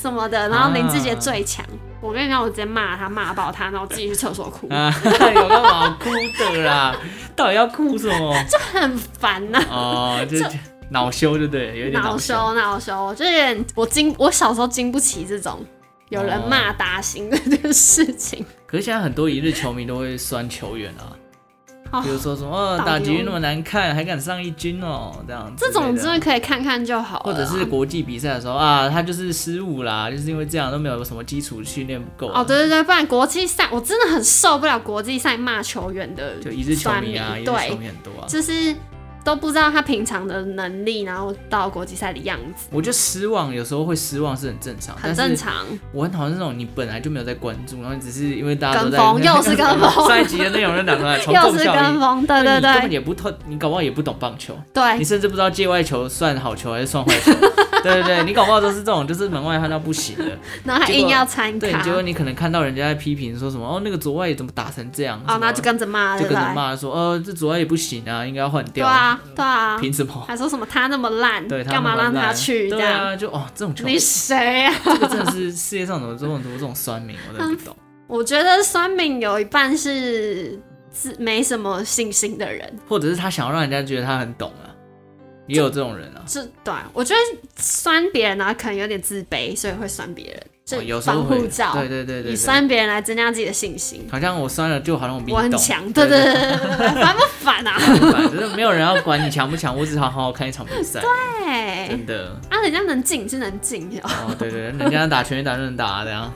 Speaker 2: 什么的，然后林志杰最强。我跟你讲，我直接骂他，骂爆他，然后我自己去厕所哭，
Speaker 1: 啊， 有干嘛好哭的啦？到底要哭什么？
Speaker 2: 很烦呐、
Speaker 1: 哦，就恼羞，对不对？有点
Speaker 2: 恼
Speaker 1: 羞。
Speaker 2: 羞啊恼羞，就是我经我小时候经不起这种有
Speaker 1: 哦
Speaker 2: 人骂达兴的这个事情。
Speaker 1: 可是现在很多一日球迷都会酸球员啊，
Speaker 2: 哦
Speaker 1: 比如说什么、 哦、
Speaker 2: 到底
Speaker 1: 打
Speaker 2: 有
Speaker 1: 局那么难看，还敢上一军哦，这样
Speaker 2: 这种
Speaker 1: 之
Speaker 2: 真
Speaker 1: 类
Speaker 2: 的可以看看就好了
Speaker 1: 或
Speaker 2: 啊，
Speaker 1: 者是国际比赛的时候啊，他就是失误啦，就是因为这样都没有什么基础训练不够啊、
Speaker 2: 哦，对对对，不然国际赛我真的很受不了国际赛骂球员的，
Speaker 1: 就一日球迷啊，
Speaker 2: 酸
Speaker 1: 一
Speaker 2: 民
Speaker 1: 日
Speaker 2: 对
Speaker 1: 球迷很多啊。
Speaker 2: 就是都不知道他平常的能力，然后到国际赛的样子，
Speaker 1: 我觉得失望有时候会失望是很正常，
Speaker 2: 很
Speaker 1: 但
Speaker 2: 正
Speaker 1: 是
Speaker 2: 常。
Speaker 1: 我很讨厌那种你本来就没有在关注，然后你只是因为大家都
Speaker 2: 跟
Speaker 1: 在
Speaker 2: 风又是跟风
Speaker 1: 上一集的内容就拿出来重
Speaker 2: 又
Speaker 1: 构
Speaker 2: 是
Speaker 1: 效
Speaker 2: 跟
Speaker 1: 应，
Speaker 2: 风，
Speaker 1: 那
Speaker 2: 对对
Speaker 1: 你根本
Speaker 2: 对
Speaker 1: 也不懂，你搞不好也不懂棒球，你
Speaker 2: 对，
Speaker 1: 甚至不知道界外球算好球还是算 坏球。对对对，你搞不好都是这种，就是门外汉到不行的。
Speaker 2: 然后还
Speaker 1: 结果啊
Speaker 2: 硬要参
Speaker 1: 对，
Speaker 2: 卡，
Speaker 1: 结果你可能看到人家在批评说什么，哦，那个左外野怎么打成这样？什
Speaker 2: 哦，
Speaker 1: 么
Speaker 2: 那就跟着骂，
Speaker 1: 就
Speaker 2: 对
Speaker 1: 跟
Speaker 2: 不
Speaker 1: 着
Speaker 2: 对？
Speaker 1: 骂说，呃，这左外野不行啊，应该要换
Speaker 2: 对
Speaker 1: 掉。
Speaker 2: 啊，对啊，
Speaker 1: 凭什么？
Speaker 2: 还说什么他那么烂，
Speaker 1: 对他
Speaker 2: 干嘛
Speaker 1: 那么
Speaker 2: 让他
Speaker 1: 烂
Speaker 2: 去这
Speaker 1: 对
Speaker 2: 样？
Speaker 1: 啊，就哦，这种球，
Speaker 2: 你谁啊？
Speaker 1: 这个真的是世界上怎么这么多这种酸民，我
Speaker 2: 嗯
Speaker 1: 真的不懂。
Speaker 2: 我觉得酸敏有一半是自没什么信心的人。
Speaker 1: 或者是他想要让人家觉得他很懂啊，也有这种人啊。
Speaker 2: 这对我觉得酸别人啊，可能有点自卑，所以会酸别人，
Speaker 1: 哦有
Speaker 2: 就
Speaker 1: 时候
Speaker 2: 防
Speaker 1: 会，
Speaker 2: 护罩，
Speaker 1: 对对对对
Speaker 2: 以
Speaker 1: 对，
Speaker 2: 酸别人来增加自己的信心。
Speaker 1: 好像我酸了，就好像我比你
Speaker 2: 我很
Speaker 1: 懂
Speaker 2: 强，对对
Speaker 1: 对
Speaker 2: 对对对，对烦不烦啊？
Speaker 1: 对， 反正没有人要管你强不强，我只想好好看一场比赛，
Speaker 2: 哎，
Speaker 1: 真的。
Speaker 2: 啊，人家能进是能进哦，
Speaker 1: 哦，对对，人家打拳击打就能打啊的呀。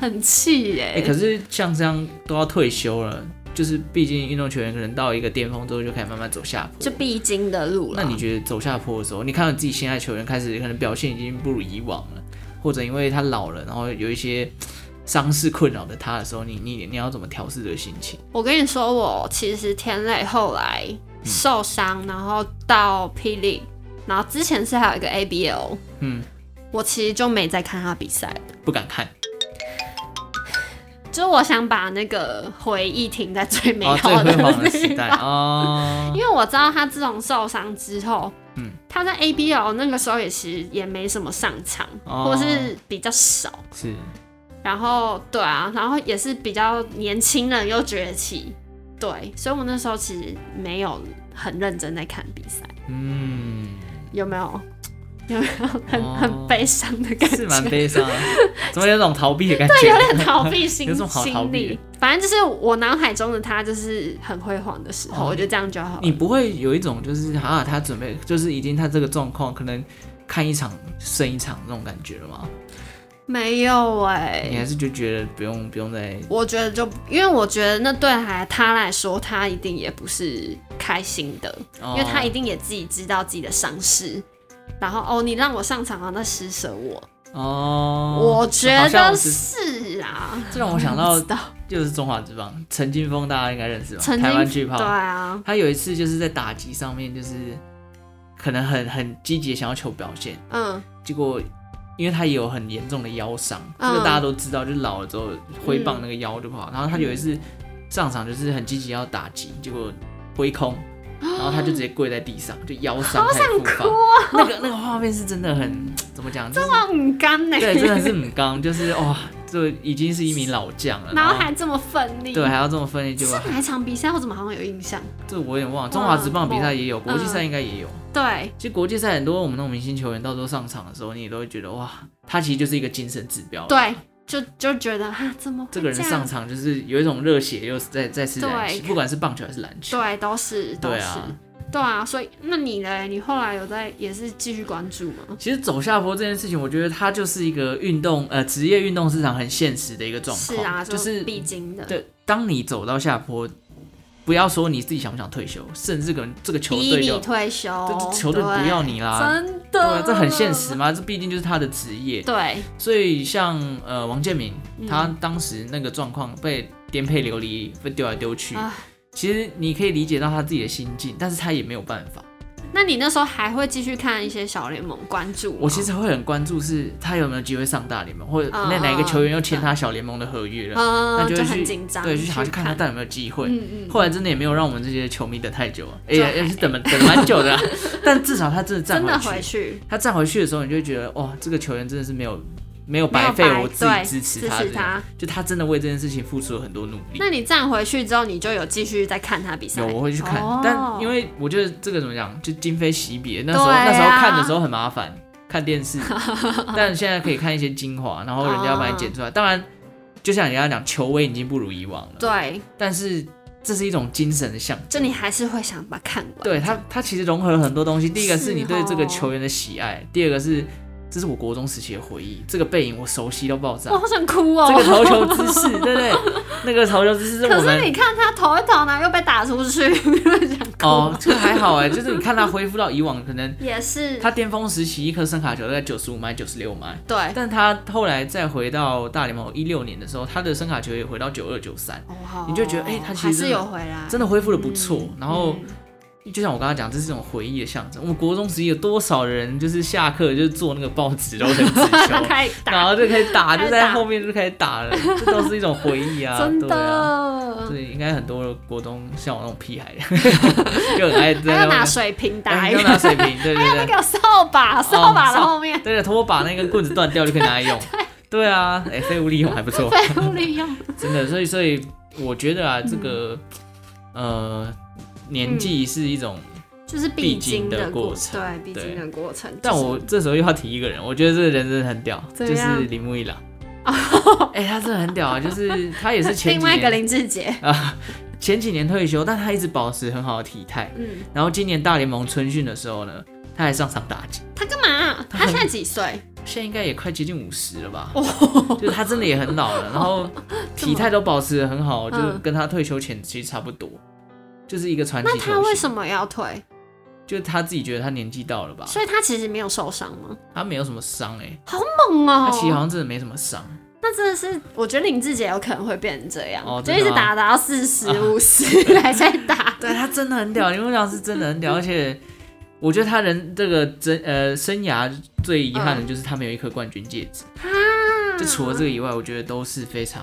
Speaker 2: 很气
Speaker 1: 哎，
Speaker 2: 耶。
Speaker 1: 可是像这样都要退休了，就是毕竟运动球员可能到一个巅峰之后就开始慢慢走下坡
Speaker 2: 就。必经的路了。
Speaker 1: 那你觉得走下坡的时候，你看到自己心爱球员开始可能表现已经不如以往了，或者因为他老了，然后有一些伤势困扰着他的时候，你你你要怎么调试这个心情？
Speaker 2: 我跟你说，我其实田磊后来受伤，然后到霹雳，然后之前是还有一个 ABL，
Speaker 1: 嗯，
Speaker 2: 我其实就没再看他比赛了，
Speaker 1: 不敢看，
Speaker 2: 就是我想把那个回忆停在最美
Speaker 1: 哦，最
Speaker 2: 好的
Speaker 1: 辉
Speaker 2: 地方，
Speaker 1: 煌的时代哦，
Speaker 2: 因为我知道他自从受伤之后，
Speaker 1: 嗯
Speaker 2: 他在 ABL 那个时候也其实也没什么上场，
Speaker 1: 哦
Speaker 2: 或是比较少。
Speaker 1: 是
Speaker 2: 然后对啊，然后也是比较年轻人又崛起，对，所以我那时候其实没有很认真在看比赛，
Speaker 1: 嗯，
Speaker 2: 有没有？ 有没有很、
Speaker 1: 哦
Speaker 2: 很悲伤的感觉？
Speaker 1: 是蛮悲伤啊，怎么有种逃避的感觉？
Speaker 2: 有点逃避心
Speaker 1: 有什么好逃
Speaker 2: 心
Speaker 1: 避的
Speaker 2: 理，反正就是我脑海中的他就是很辉煌的时候，
Speaker 1: 哦
Speaker 2: 我觉得这样就好
Speaker 1: 你
Speaker 2: 了。
Speaker 1: 不会有一种就是啊，他准备就是已经他这个状况，可能看一场胜一场那种感觉了吗？
Speaker 2: 没有哎、
Speaker 1: 你还是就觉得不用不用再
Speaker 2: 我觉得就因为我觉得那对还他来说，他一定也不是开心的，
Speaker 1: 哦
Speaker 2: 因为他一定也自己知道自己的伤势。然后哦，你让我上场啊，那施舍我，
Speaker 1: 哦，
Speaker 2: 我觉
Speaker 1: 好像
Speaker 2: 得
Speaker 1: 我哦只
Speaker 2: 是啊。
Speaker 1: 这让我想
Speaker 2: 不
Speaker 1: 到
Speaker 2: 知道
Speaker 1: 就是中华之棒陈金峰，大家应该认识吧？
Speaker 2: 曾
Speaker 1: 台湾
Speaker 2: 经
Speaker 1: 巨炮，
Speaker 2: 对啊，
Speaker 1: 他有一次就是在打击上面就是可能很很积极地想要求表现，
Speaker 2: 嗯，
Speaker 1: 结果因为他也有很严重的腰伤，这
Speaker 2: 嗯
Speaker 1: 个大家都知道，就是老了之后挥棒那个腰就不好。然后他有一次上场就是很积极要打击，结果挥空，然后他就直接跪在地上，就腰伤太复发。那个那个画面是真的很怎么讲？就是
Speaker 2: 很干欸呢，
Speaker 1: 对，真 的是很刚，就是哇，这已经是一名老将了，
Speaker 2: 然后还这么奋力。
Speaker 1: 对啊还要这么分裂，结果
Speaker 2: 是哪一场比赛？我怎么好像有印象？
Speaker 1: 这我有点忘了。中华职棒比赛也有，国际赛应该也有。
Speaker 2: 对，
Speaker 1: 其实国际赛很多我们那种明星球员到时候上场的时候，你也都会觉得哇，他其实就是一个精神指标。
Speaker 2: 对，就就觉得啊，怎么会
Speaker 1: 这个人
Speaker 2: 样
Speaker 1: 上场就是有一种热血，又是在再次燃起，
Speaker 2: 对
Speaker 1: 不管是棒球还是篮球。
Speaker 2: 对，都是都
Speaker 1: 对
Speaker 2: 是，
Speaker 1: 啊，
Speaker 2: 对啊，所以那你呢？你后来有在也是继续关注吗？
Speaker 1: 其实走下坡这件事情，我觉得它就是一个运动呃职业运动市场很现实的一个状
Speaker 2: 是
Speaker 1: 况，
Speaker 2: 啊，
Speaker 1: 就是
Speaker 2: 必经的。
Speaker 1: 对，当你走到下坡，不要说你自己想不想退休，甚至可能这个球
Speaker 2: 逼
Speaker 1: 队
Speaker 2: 你
Speaker 1: 就
Speaker 2: 退休
Speaker 1: 这，球队不要你
Speaker 2: 对，
Speaker 1: 啦，
Speaker 2: 真
Speaker 1: 对
Speaker 2: 的，
Speaker 1: 啊，这很现实。嘛，这毕竟就是他的职业，
Speaker 2: 对，
Speaker 1: 所以像呃王建民，
Speaker 2: 嗯
Speaker 1: 他当时那个状况被颠沛流离，被丢来丢去，
Speaker 2: 啊
Speaker 1: 其实你可以理解到他自己的心境，但是他也没有办法。
Speaker 2: 那你那时候还会继续看一些小联盟关注吗？
Speaker 1: 我其实会很关注是他有没有机会上大联盟，或者
Speaker 2: 嗯
Speaker 1: 那哪一个
Speaker 2: 嗯
Speaker 1: 球员又签他小联盟的合约了，那
Speaker 2: 嗯，
Speaker 1: 会
Speaker 2: 很
Speaker 1: 去
Speaker 2: 紧张，
Speaker 1: 对，
Speaker 2: 去
Speaker 1: 去好去看他到底有没有机会。
Speaker 2: 嗯嗯，
Speaker 1: 后来真的也没有让我们这些球迷等太久啊，哎
Speaker 2: 就
Speaker 1: 呀，也是等了等了蛮久 的啊、但至少他真的站
Speaker 2: 真的
Speaker 1: 回
Speaker 2: 回
Speaker 1: 去，
Speaker 2: 去
Speaker 1: 他站回去的时候，你就会觉得哇，这个球员真的是没有没有
Speaker 2: 没
Speaker 1: 白
Speaker 2: 有
Speaker 1: 费
Speaker 2: 白
Speaker 1: 我自
Speaker 2: 对
Speaker 1: 己支持他
Speaker 2: 支
Speaker 1: 的，
Speaker 2: 持他
Speaker 1: 就他真的为这件事情付出了很多努力。
Speaker 2: 那你站回去之后，你就有继续在看他比赛？
Speaker 1: 有啊我会去看，
Speaker 2: 哦
Speaker 1: 但因为我觉得这个怎么讲，就今非昔比。那时候、
Speaker 2: 对啊
Speaker 1: 那时候看的时候很麻烦，看电 视，但现在可以看一些精华，然后人家把你剪出来。当然，就像人家讲，球威已经不如以往了，
Speaker 2: 啊对，
Speaker 1: 但是这是一种精神的象征。
Speaker 2: 就你还是会想把它看完。
Speaker 1: 对它，它其实融合了很多东西。第一个
Speaker 2: 是
Speaker 1: 是你对这个
Speaker 2: 哦
Speaker 1: 球员的喜爱，第二个是这是我国中时期的回忆，这个背影我熟悉到爆炸
Speaker 2: 我。好想哭哦。
Speaker 1: 啊这个投球姿势，对不对？那个投球姿势是
Speaker 2: 可
Speaker 1: 我
Speaker 2: 是你
Speaker 1: 们
Speaker 2: 看他投一投呢，又被打出去， 会想哭。
Speaker 1: 哦，这个还好哎，就是你看他恢复到以往可能
Speaker 2: 也是，
Speaker 1: 他巅峰时期一颗声卡球大概九十五迈、九十六迈，
Speaker 2: 对，
Speaker 1: 但他后来再回到大联盟一六年的时候，他的声卡球也回到九二、九三，
Speaker 2: 哦好
Speaker 1: 你就觉得哎他其实
Speaker 2: 还
Speaker 1: 真
Speaker 2: 是
Speaker 1: 的
Speaker 2: 有回来，
Speaker 1: 真的恢复的不错。然后
Speaker 2: 嗯
Speaker 1: 就像我刚刚讲，这是一种回忆的象征。我们国中时期有多少人就是下课就是做那个报纸揉成纸球，
Speaker 2: 开始
Speaker 1: 然
Speaker 2: 打，
Speaker 1: 后就开始打，
Speaker 2: 开
Speaker 1: 就
Speaker 2: 始打
Speaker 1: 在后面就开始打了，这都是一种回忆啊，
Speaker 2: 真
Speaker 1: 对啊。
Speaker 2: 的，
Speaker 1: 对，应该很多国中像我那种屁孩， 就很爱
Speaker 2: 还
Speaker 1: 在
Speaker 2: 要拿
Speaker 1: 那
Speaker 2: 水瓶
Speaker 1: 边
Speaker 2: 打
Speaker 1: 啊哎
Speaker 2: 一
Speaker 1: 要
Speaker 2: 个，
Speaker 1: 拿水 哦瓶，对对
Speaker 2: 还有那
Speaker 1: 对。
Speaker 2: 个扫把，扫把的后面
Speaker 1: 对的，拖把那个棍子断掉就可以拿来 用。对啊，哎、废物利用还不错，
Speaker 2: 废物利用，
Speaker 1: 真的。所以，所以我觉得啊，这个、
Speaker 2: 嗯
Speaker 1: 呃年纪是一种，
Speaker 2: 就是
Speaker 1: 必
Speaker 2: 经
Speaker 1: 经的
Speaker 2: 的
Speaker 1: 过程
Speaker 2: 对，必经的过程。
Speaker 1: 但
Speaker 2: 就是
Speaker 1: 我这时候又要提一个人，我觉得这个人真的很屌，
Speaker 2: 怎
Speaker 1: 就是
Speaker 2: 样
Speaker 1: 铃木一 朗。哎、他真的很屌啊，就是他也是前
Speaker 2: 另
Speaker 1: 几
Speaker 2: 外一个
Speaker 1: 年
Speaker 2: 林志杰，
Speaker 1: 啊， 前几年退休，但他一直保持很好的体态。
Speaker 2: 嗯，
Speaker 1: 然后今年大联盟春训的时候呢，他还上场打击，
Speaker 2: 他干嘛？他现在几岁？
Speaker 1: 现在应该也快接近五十了吧？
Speaker 2: 哦
Speaker 1: 就是他真的也很老了，然 后体态都保持得很好，就
Speaker 2: 嗯
Speaker 1: 跟他退休前其实差不多，就是一个传奇
Speaker 2: 那
Speaker 1: 球星。
Speaker 2: 他为什么要退？
Speaker 1: 就是他自己觉得他年纪到了吧？
Speaker 2: 所以他其实没有受伤吗？
Speaker 1: 他没有什么伤哎、
Speaker 2: 猛哦！
Speaker 1: 他其实好像真的没什么伤，
Speaker 2: 那真的是，我觉得林志杰有可能会变成这样，
Speaker 1: 哦
Speaker 2: 就
Speaker 1: 真
Speaker 2: 一
Speaker 1: 的
Speaker 2: 直
Speaker 1: 吗啊
Speaker 2: 打打到四十五十 还在打。
Speaker 1: 对他真的很 屌，林梦阳是真的很屌，而且我觉得他人这个真呃生涯最遗憾的就是他没有一颗冠军戒指。就除了这个以外，我觉得都是非常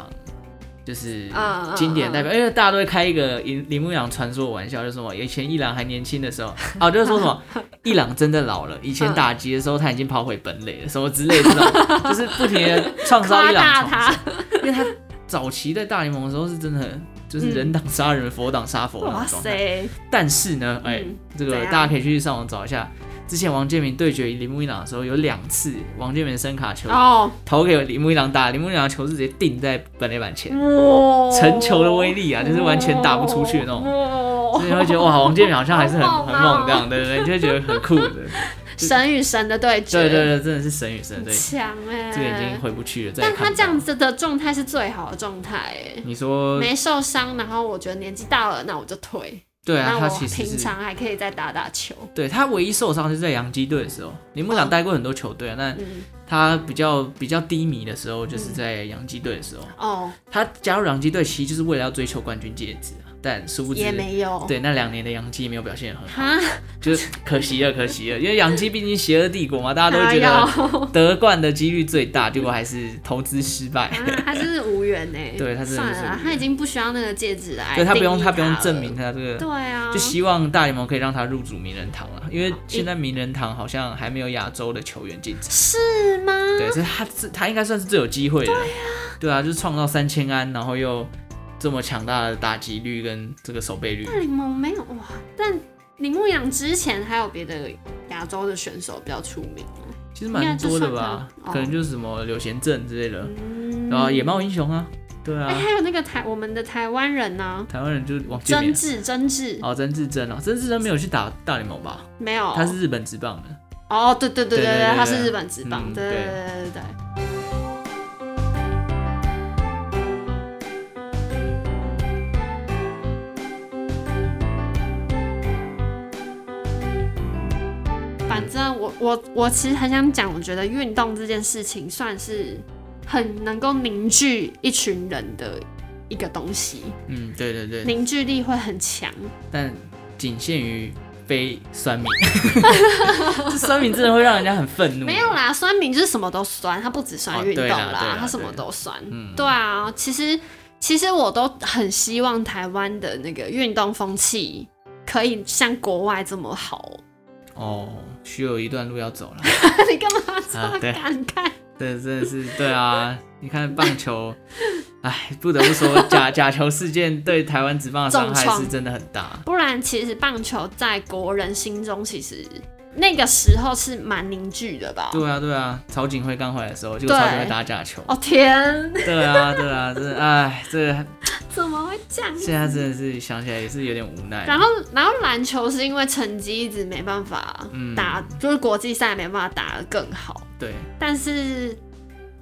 Speaker 1: 就是
Speaker 2: 嗯嗯
Speaker 1: 经典代表，因为大家都会开一个林林牧阳传说玩笑，就什么以前伊朗还年轻的 时候，啊，就是说什么伊朗真的老了，以前打击的时候他已经跑回本垒了，什么之类的这种，就是不停的创造
Speaker 2: 夸
Speaker 1: 伊
Speaker 2: 大
Speaker 1: 朗重
Speaker 2: 他，
Speaker 1: 生，因为他早期在大联盟的时候是真的很。就是人挡杀人，佛挡杀佛那
Speaker 2: 哇
Speaker 1: 种状态。
Speaker 2: 塞！
Speaker 1: 但是呢，哎、
Speaker 2: 嗯
Speaker 1: 这个
Speaker 2: 怎样
Speaker 1: 大家可以去上网找一下。之前王建民对决铃木一朗的时候，有两次王建民伸卡球
Speaker 2: 哦，
Speaker 1: 投给铃木一郎打，铃木一郎的球是直接定在本垒板前，
Speaker 2: 哇！
Speaker 1: 成球的威力啊，就是完全打不出去的那种。所
Speaker 2: 种
Speaker 1: 以你会觉得哇，王建民好像还是很
Speaker 2: 哦好猛
Speaker 1: 很
Speaker 2: 啊
Speaker 1: 猛这样，对对对，你就会觉得很酷的。
Speaker 2: 神与神的对决，
Speaker 1: 对对对，真的是神与神对，
Speaker 2: 强哎、
Speaker 1: 这个已经回不去了，再也
Speaker 2: 但
Speaker 1: 看
Speaker 2: 他
Speaker 1: 不
Speaker 2: 这样
Speaker 1: 到。
Speaker 2: 子的状态是最好的状态哎，
Speaker 1: 你说
Speaker 2: 没受伤，然后我觉得年纪大了，那我就退，
Speaker 1: 对啊，
Speaker 2: 那
Speaker 1: 他
Speaker 2: 我
Speaker 1: 其实
Speaker 2: 平
Speaker 1: 是
Speaker 2: 常还可以再打打球，
Speaker 1: 对他唯一受伤就是在洋基队的时候，铃木一郎待过很多球队啊，但
Speaker 2: 哦嗯，
Speaker 1: 他比较比较低迷的时候就是在洋基队的时候，
Speaker 2: 哦，
Speaker 1: 他加入洋基队其实就是为了要追求冠军戒指啊，但殊不知
Speaker 2: 也没有，，
Speaker 1: 对那两年的洋基没有表现得很好。
Speaker 2: 哈，
Speaker 1: 就是 可惜了，可惜了，因为洋基毕竟邪恶帝国嘛，大家都会觉
Speaker 2: 哎
Speaker 1: 得
Speaker 2: 呦
Speaker 1: 得冠的几率最大，结果还是投资失 败。
Speaker 2: 啊，他真是无缘呢、
Speaker 1: 对他真的是
Speaker 2: 算了
Speaker 1: 无
Speaker 2: 啦
Speaker 1: 缘，
Speaker 2: 他已经不需要那个戒指来
Speaker 1: 对他不用，
Speaker 2: 定义
Speaker 1: 他
Speaker 2: 他
Speaker 1: 不用证
Speaker 2: 了
Speaker 1: 明。他这个，
Speaker 2: 对啊，
Speaker 1: 就希望大联盟可以让他入主名人堂了，因为现在名人堂好像还没有亚洲的球员进场。
Speaker 2: 是吗？
Speaker 1: 对，所以他是他应该算是最有机会的。对啊，就是创造三千安，然后又这么强大的打击率跟这个守备率。
Speaker 2: 大联盟没有哇，但铃木阳之前还有别的亚洲的选手比较出名，
Speaker 1: 其实蛮多的吧
Speaker 2: 应该就算，他哦嗯
Speaker 1: 可能就是什么柳贤镇之类的，然后野猫英雄啊，对
Speaker 2: 哎、
Speaker 1: 啊，
Speaker 2: 还有那个台我们的台湾人呢、
Speaker 1: 台湾人就是王建民
Speaker 2: 曾
Speaker 1: 啊。
Speaker 2: 志曾志、
Speaker 1: 哦，曾志珍哦，曾志珍没有去打大联盟吧？
Speaker 2: 没有，
Speaker 1: 他是日本职棒的。
Speaker 2: 哦，对对对
Speaker 1: 对对
Speaker 2: 对，
Speaker 1: 对
Speaker 2: 他是日本职棒，
Speaker 1: 嗯
Speaker 2: 对
Speaker 1: 对
Speaker 2: 对对对对。反正我我我其实很想讲，我觉得运动这件事情算是很能够凝聚一群人的一个东西，
Speaker 1: 嗯，对对对，
Speaker 2: 凝聚力会很强。
Speaker 1: 但仅限于非酸 民。这酸民真的会让人家很愤怒。
Speaker 2: 没有啦，酸民就是什么都酸，他不只酸
Speaker 1: 嗯哦
Speaker 2: 运动
Speaker 1: 对啦对啦
Speaker 2: 他什么
Speaker 1: 对啦
Speaker 2: 都酸。
Speaker 1: 嗯
Speaker 2: 对啊，其实其实我都很希望台湾的那个运动风气可以像国外这么好。
Speaker 1: 哦，需有一段路要走了。
Speaker 2: 你干嘛这
Speaker 1: 啊
Speaker 2: 么
Speaker 1: 对
Speaker 2: 感慨？
Speaker 1: 对，真的是对啊。你看棒球，哎，不得不 说假假球事件对台湾职棒的伤
Speaker 2: 重
Speaker 1: 害
Speaker 2: 创
Speaker 1: 是真的很大。
Speaker 2: 不然，其实棒球在国人心中，其实那个时候是蛮凝聚的吧？
Speaker 1: 对啊，对啊，曹景辉刚回来的时候，就曹景辉打假球。
Speaker 2: 哦天，
Speaker 1: 对啊，对啊，真的，哎，这个
Speaker 2: 怎么会这样？
Speaker 1: 现在真的是想起来也是有点无奈。
Speaker 2: 然后，然后篮球是因为成绩一直没办法打，
Speaker 1: 嗯
Speaker 2: 就是国际赛没办法打得更好。
Speaker 1: 对，
Speaker 2: 但是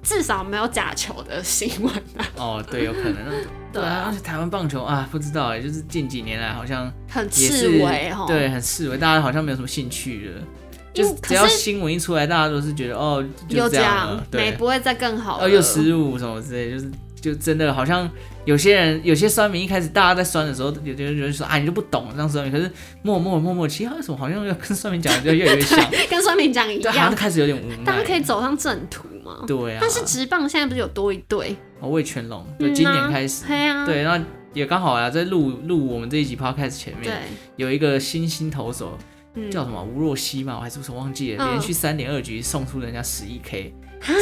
Speaker 2: 至少没有假球的新闻啊，
Speaker 1: 哦，对，有可能。
Speaker 2: 对
Speaker 1: 啊，而
Speaker 2: 啊，
Speaker 1: 且台湾棒球啊，不知道哎，就是近几年来好像
Speaker 2: 很
Speaker 1: 也
Speaker 2: 刺
Speaker 1: 是
Speaker 2: 猬哈。
Speaker 1: 对，很示威，大家好像没有什么兴趣了。
Speaker 2: 因
Speaker 1: 就
Speaker 2: 为
Speaker 1: 是
Speaker 2: 可
Speaker 1: 只要
Speaker 2: 是
Speaker 1: 新闻一出来，大家都是觉得哦，就
Speaker 2: 又
Speaker 1: 这
Speaker 2: 这
Speaker 1: 样
Speaker 2: 样
Speaker 1: 了，，
Speaker 2: 没
Speaker 1: 对，
Speaker 2: 不会再更好了。
Speaker 1: 哦又失误什么之类，就是就真的好像有些人有些酸民一开始大家在酸的时候，有些人就说啊你就不懂这样酸民，可是默默默默，其实好像什么好像要跟酸民讲的就越来越像，
Speaker 2: 跟酸民讲一
Speaker 1: 对，好像
Speaker 2: 样，
Speaker 1: 开始有点无奈。
Speaker 2: 大家可以走上正途嘛。
Speaker 1: 对啊，
Speaker 2: 但是直棒现在不是有多一对？
Speaker 1: 哦魏全龙，
Speaker 2: 嗯
Speaker 1: 对，今年
Speaker 2: 啊
Speaker 1: 开始，
Speaker 2: 对啊，
Speaker 1: 对，然后也刚好啊，在录录我们这一集 podcast 前面
Speaker 2: 对，，
Speaker 1: 有一个新兴投手
Speaker 2: 嗯
Speaker 1: 叫什么吴若曦嘛，我还是什么忘记了，
Speaker 2: 嗯
Speaker 1: 连续三点二局送出人家十一 K，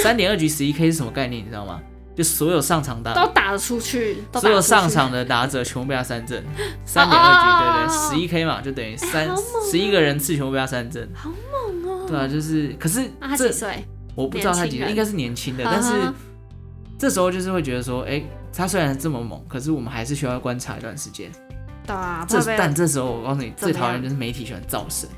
Speaker 1: 三点二局十一 K 是什么概念？你知道吗？就所有上场
Speaker 2: 都
Speaker 1: 打，
Speaker 2: 打得出去，都打
Speaker 1: 所
Speaker 2: 得
Speaker 1: 有
Speaker 2: 出去
Speaker 1: 上场的打者全部被他三振，三点
Speaker 2: 哦
Speaker 1: 二局，对对，十一 K 嘛，就等于三
Speaker 2: 好猛哦
Speaker 1: 十一个人次全部被他三振，
Speaker 2: 好猛哦。
Speaker 1: 对啊，就是，可是
Speaker 2: 那他
Speaker 1: 这
Speaker 2: 几岁？
Speaker 1: 我不知道他几
Speaker 2: 年
Speaker 1: 岁，
Speaker 2: 轻人
Speaker 1: 应该是年轻的，但是
Speaker 2: 啊
Speaker 1: 这时候就是会觉得说，哎，他虽然这么猛，可是我们还是需要观察一段时间。
Speaker 2: 对啊，
Speaker 1: 这
Speaker 2: 会不会
Speaker 1: 但这时候我告诉你，
Speaker 2: 怎
Speaker 1: 最
Speaker 2: 么样
Speaker 1: 讨厌就是媒体喜欢造神。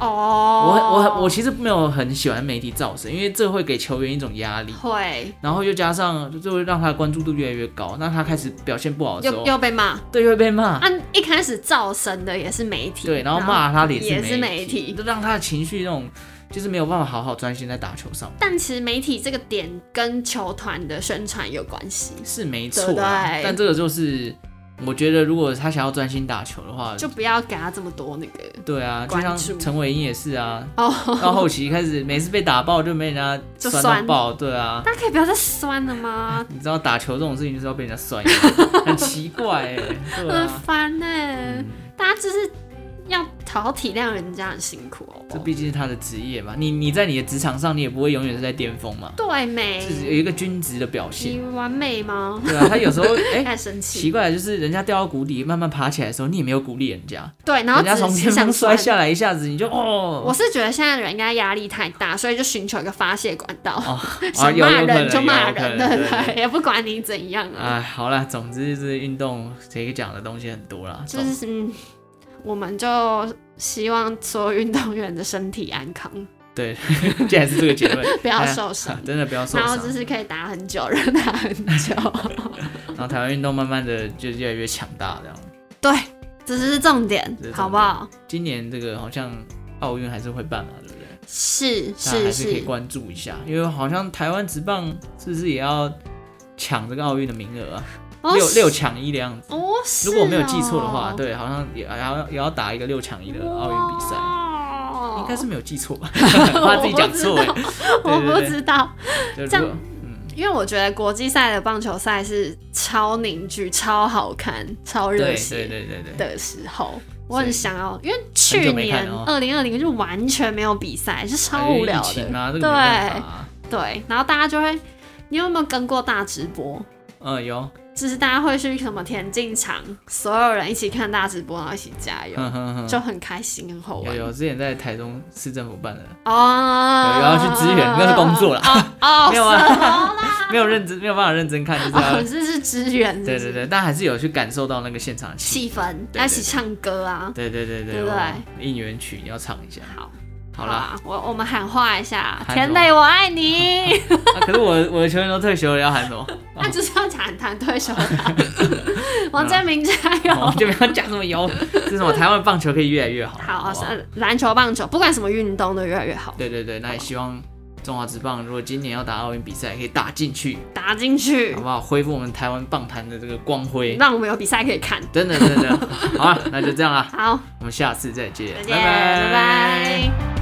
Speaker 1: 我很我
Speaker 2: 哦，
Speaker 1: 很我其实没有很喜欢媒体造神，因为这会给球员一种压力，
Speaker 2: 会
Speaker 1: 然后又加上就会让他的关注度越来越高，那他开始表现不好的时
Speaker 2: 又
Speaker 1: 候，
Speaker 2: 又被骂
Speaker 1: 对，又会被骂，
Speaker 2: 啊！一开始造神的也是媒体，
Speaker 1: 对，然后骂他的也
Speaker 2: 也是
Speaker 1: 媒
Speaker 2: 媒体
Speaker 1: 就让他的情绪那种就是没有办法好好专心在打球上，
Speaker 2: 但其实媒体这个点跟球团的宣传有关系，
Speaker 1: 是没
Speaker 2: 对
Speaker 1: 错
Speaker 2: 不
Speaker 1: 啦
Speaker 2: 对。
Speaker 1: 但这个就是，我觉得如果他想要专心打球的话，
Speaker 2: 就不要给他这么多那个
Speaker 1: 对啊，就
Speaker 2: 关
Speaker 1: 像
Speaker 2: 注
Speaker 1: 陈伟英也是啊，
Speaker 2: 哦。
Speaker 1: 到后期开始每次被打爆就被人家
Speaker 2: 就
Speaker 1: 酸到
Speaker 2: 酸
Speaker 1: 爆，对啊。
Speaker 2: 大家可以不要再酸了吗？
Speaker 1: 你知道打球这种事情就是要被人家酸一下， 很奇怪哎、 对
Speaker 2: 很
Speaker 1: 啊，
Speaker 2: 烦呢、欸
Speaker 1: 嗯
Speaker 2: 大家就是要好好体谅人家很辛苦哦。
Speaker 1: 这毕竟是他的职业嘛。你你在你的职场上，你也不会永远是在巅峰嘛，
Speaker 2: 对
Speaker 1: 这是
Speaker 2: 美，
Speaker 1: 有一个均值的表
Speaker 2: 你
Speaker 1: 现。
Speaker 2: 完美吗？
Speaker 1: 对啊，他有时候哎、
Speaker 2: 太生气
Speaker 1: 奇。怪，就是人家掉到谷底，慢慢爬起来的时候，你也没有鼓励人家，
Speaker 2: 对，然后
Speaker 1: 人家从
Speaker 2: 只是
Speaker 1: 天
Speaker 2: 想
Speaker 1: 上
Speaker 2: 酸
Speaker 1: 摔。下来一下子，你就哦，
Speaker 2: 我是觉得现在人应该压力太大，所以就寻求一个发泄管道，
Speaker 1: 哦，啊
Speaker 2: 想
Speaker 1: 有
Speaker 2: 骂
Speaker 1: 有可能
Speaker 2: 人就骂
Speaker 1: 有可
Speaker 2: 人，
Speaker 1: 能
Speaker 2: 对
Speaker 1: 对
Speaker 2: 不对？ 也不管你怎样啊，
Speaker 1: 哎，好啦，总之就是运动谁讲的东西很多啦，
Speaker 2: 就
Speaker 1: 总
Speaker 2: 是嗯，我们就希望所有运动员的身体安康，
Speaker 1: 对，这还是这个结论，
Speaker 2: 不要
Speaker 1: 哎
Speaker 2: 受伤
Speaker 1: 啊真的不要 受
Speaker 2: 然
Speaker 1: 伤
Speaker 2: 后。就是可以打很久，然后打很久。
Speaker 1: 然后台湾运动慢慢的就越来越强大，这样。
Speaker 2: 对，这是重点，
Speaker 1: 这是重点
Speaker 2: 好不好？
Speaker 1: 今年这个好像奥运还是会办嘛，对不对？
Speaker 2: 是
Speaker 1: 大家
Speaker 2: 是
Speaker 1: 还是可以
Speaker 2: 是，
Speaker 1: 关注一下，因为好像台湾职棒是不是也要抢这个奥运的名额啊？
Speaker 2: 哦
Speaker 1: 六
Speaker 2: 是
Speaker 1: 六强一的样子，
Speaker 2: 哦，是
Speaker 1: 如果我没有记错的话，
Speaker 2: 哦，
Speaker 1: 对，好像也也要也要打一个六强一的奥运比赛。
Speaker 2: 哇
Speaker 1: 应该是没有记错 吧，怕自己讲错哎。
Speaker 2: 我不
Speaker 1: 对对
Speaker 2: 知道，
Speaker 1: 对，
Speaker 2: 这
Speaker 1: 就
Speaker 2: 样
Speaker 1: 如果嗯，
Speaker 2: 因为我觉得国际赛的棒球赛是超凝聚、超好看、超热
Speaker 1: 对
Speaker 2: 血
Speaker 1: 对对对对，
Speaker 2: 的时候，我很
Speaker 1: 所以
Speaker 2: 想要，因为
Speaker 1: 很
Speaker 2: 去
Speaker 1: 久没
Speaker 2: 年
Speaker 1: 看了哦
Speaker 2: 二零二零就完全没有比赛，是超
Speaker 1: 因为
Speaker 2: 无聊
Speaker 1: 疫情
Speaker 2: 的。
Speaker 1: 啊，这个没办法
Speaker 2: 对
Speaker 1: 啊。
Speaker 2: 对，然后大家就会，你有没有跟过大直播？
Speaker 1: 嗯，有，
Speaker 2: 就是大家会去什么田径场，所有人一起看大直播，然后一起加油，
Speaker 1: 哼哼哼，
Speaker 2: 就很开心，很好
Speaker 1: 嗯有
Speaker 2: 玩。
Speaker 1: 有，之前在台中市政府办的，
Speaker 2: 哦，
Speaker 1: 有有要去支援那是工作啦
Speaker 2: 哦 哦，
Speaker 1: 没有啊，没有认真，没有办法认真看，就是
Speaker 2: 哦，
Speaker 1: 要
Speaker 2: 哦这是支援，是不
Speaker 1: 对
Speaker 2: 是
Speaker 1: 对对，但还是有去感受到那个现场的气
Speaker 2: 气氛，
Speaker 1: 对
Speaker 2: 要一起唱歌啊
Speaker 1: 氛。。对对对
Speaker 2: 对
Speaker 1: 对
Speaker 2: 不对
Speaker 1: 哇应援曲你要唱一下。
Speaker 2: 好，
Speaker 1: 好啦，
Speaker 2: 啊，我我们喊话一下，
Speaker 1: 喊
Speaker 2: 田
Speaker 1: 什么
Speaker 2: 磊，我爱你。
Speaker 1: 啊可是我我的球员都退休了，要喊什么？
Speaker 2: 那就是要喊团队手啦王建民加
Speaker 1: 哦就
Speaker 2: 油。
Speaker 1: 不要讲那么妖，这是什么？台湾棒球可以越来越好。
Speaker 2: 好，
Speaker 1: 不
Speaker 2: 是篮球、棒球，不管什么运动都越来越好，
Speaker 1: 对对对，那也希望中华职棒如果今年要打奥运比赛，可以打进去，
Speaker 2: 打进去
Speaker 1: 好，不好？恢复我们台湾棒坛的这个光辉。
Speaker 2: 让我们有比赛可以看。
Speaker 1: 真的真的，好啊，那就这样啦，
Speaker 2: 好，
Speaker 1: 我们下次再见，
Speaker 2: 再见，拜拜。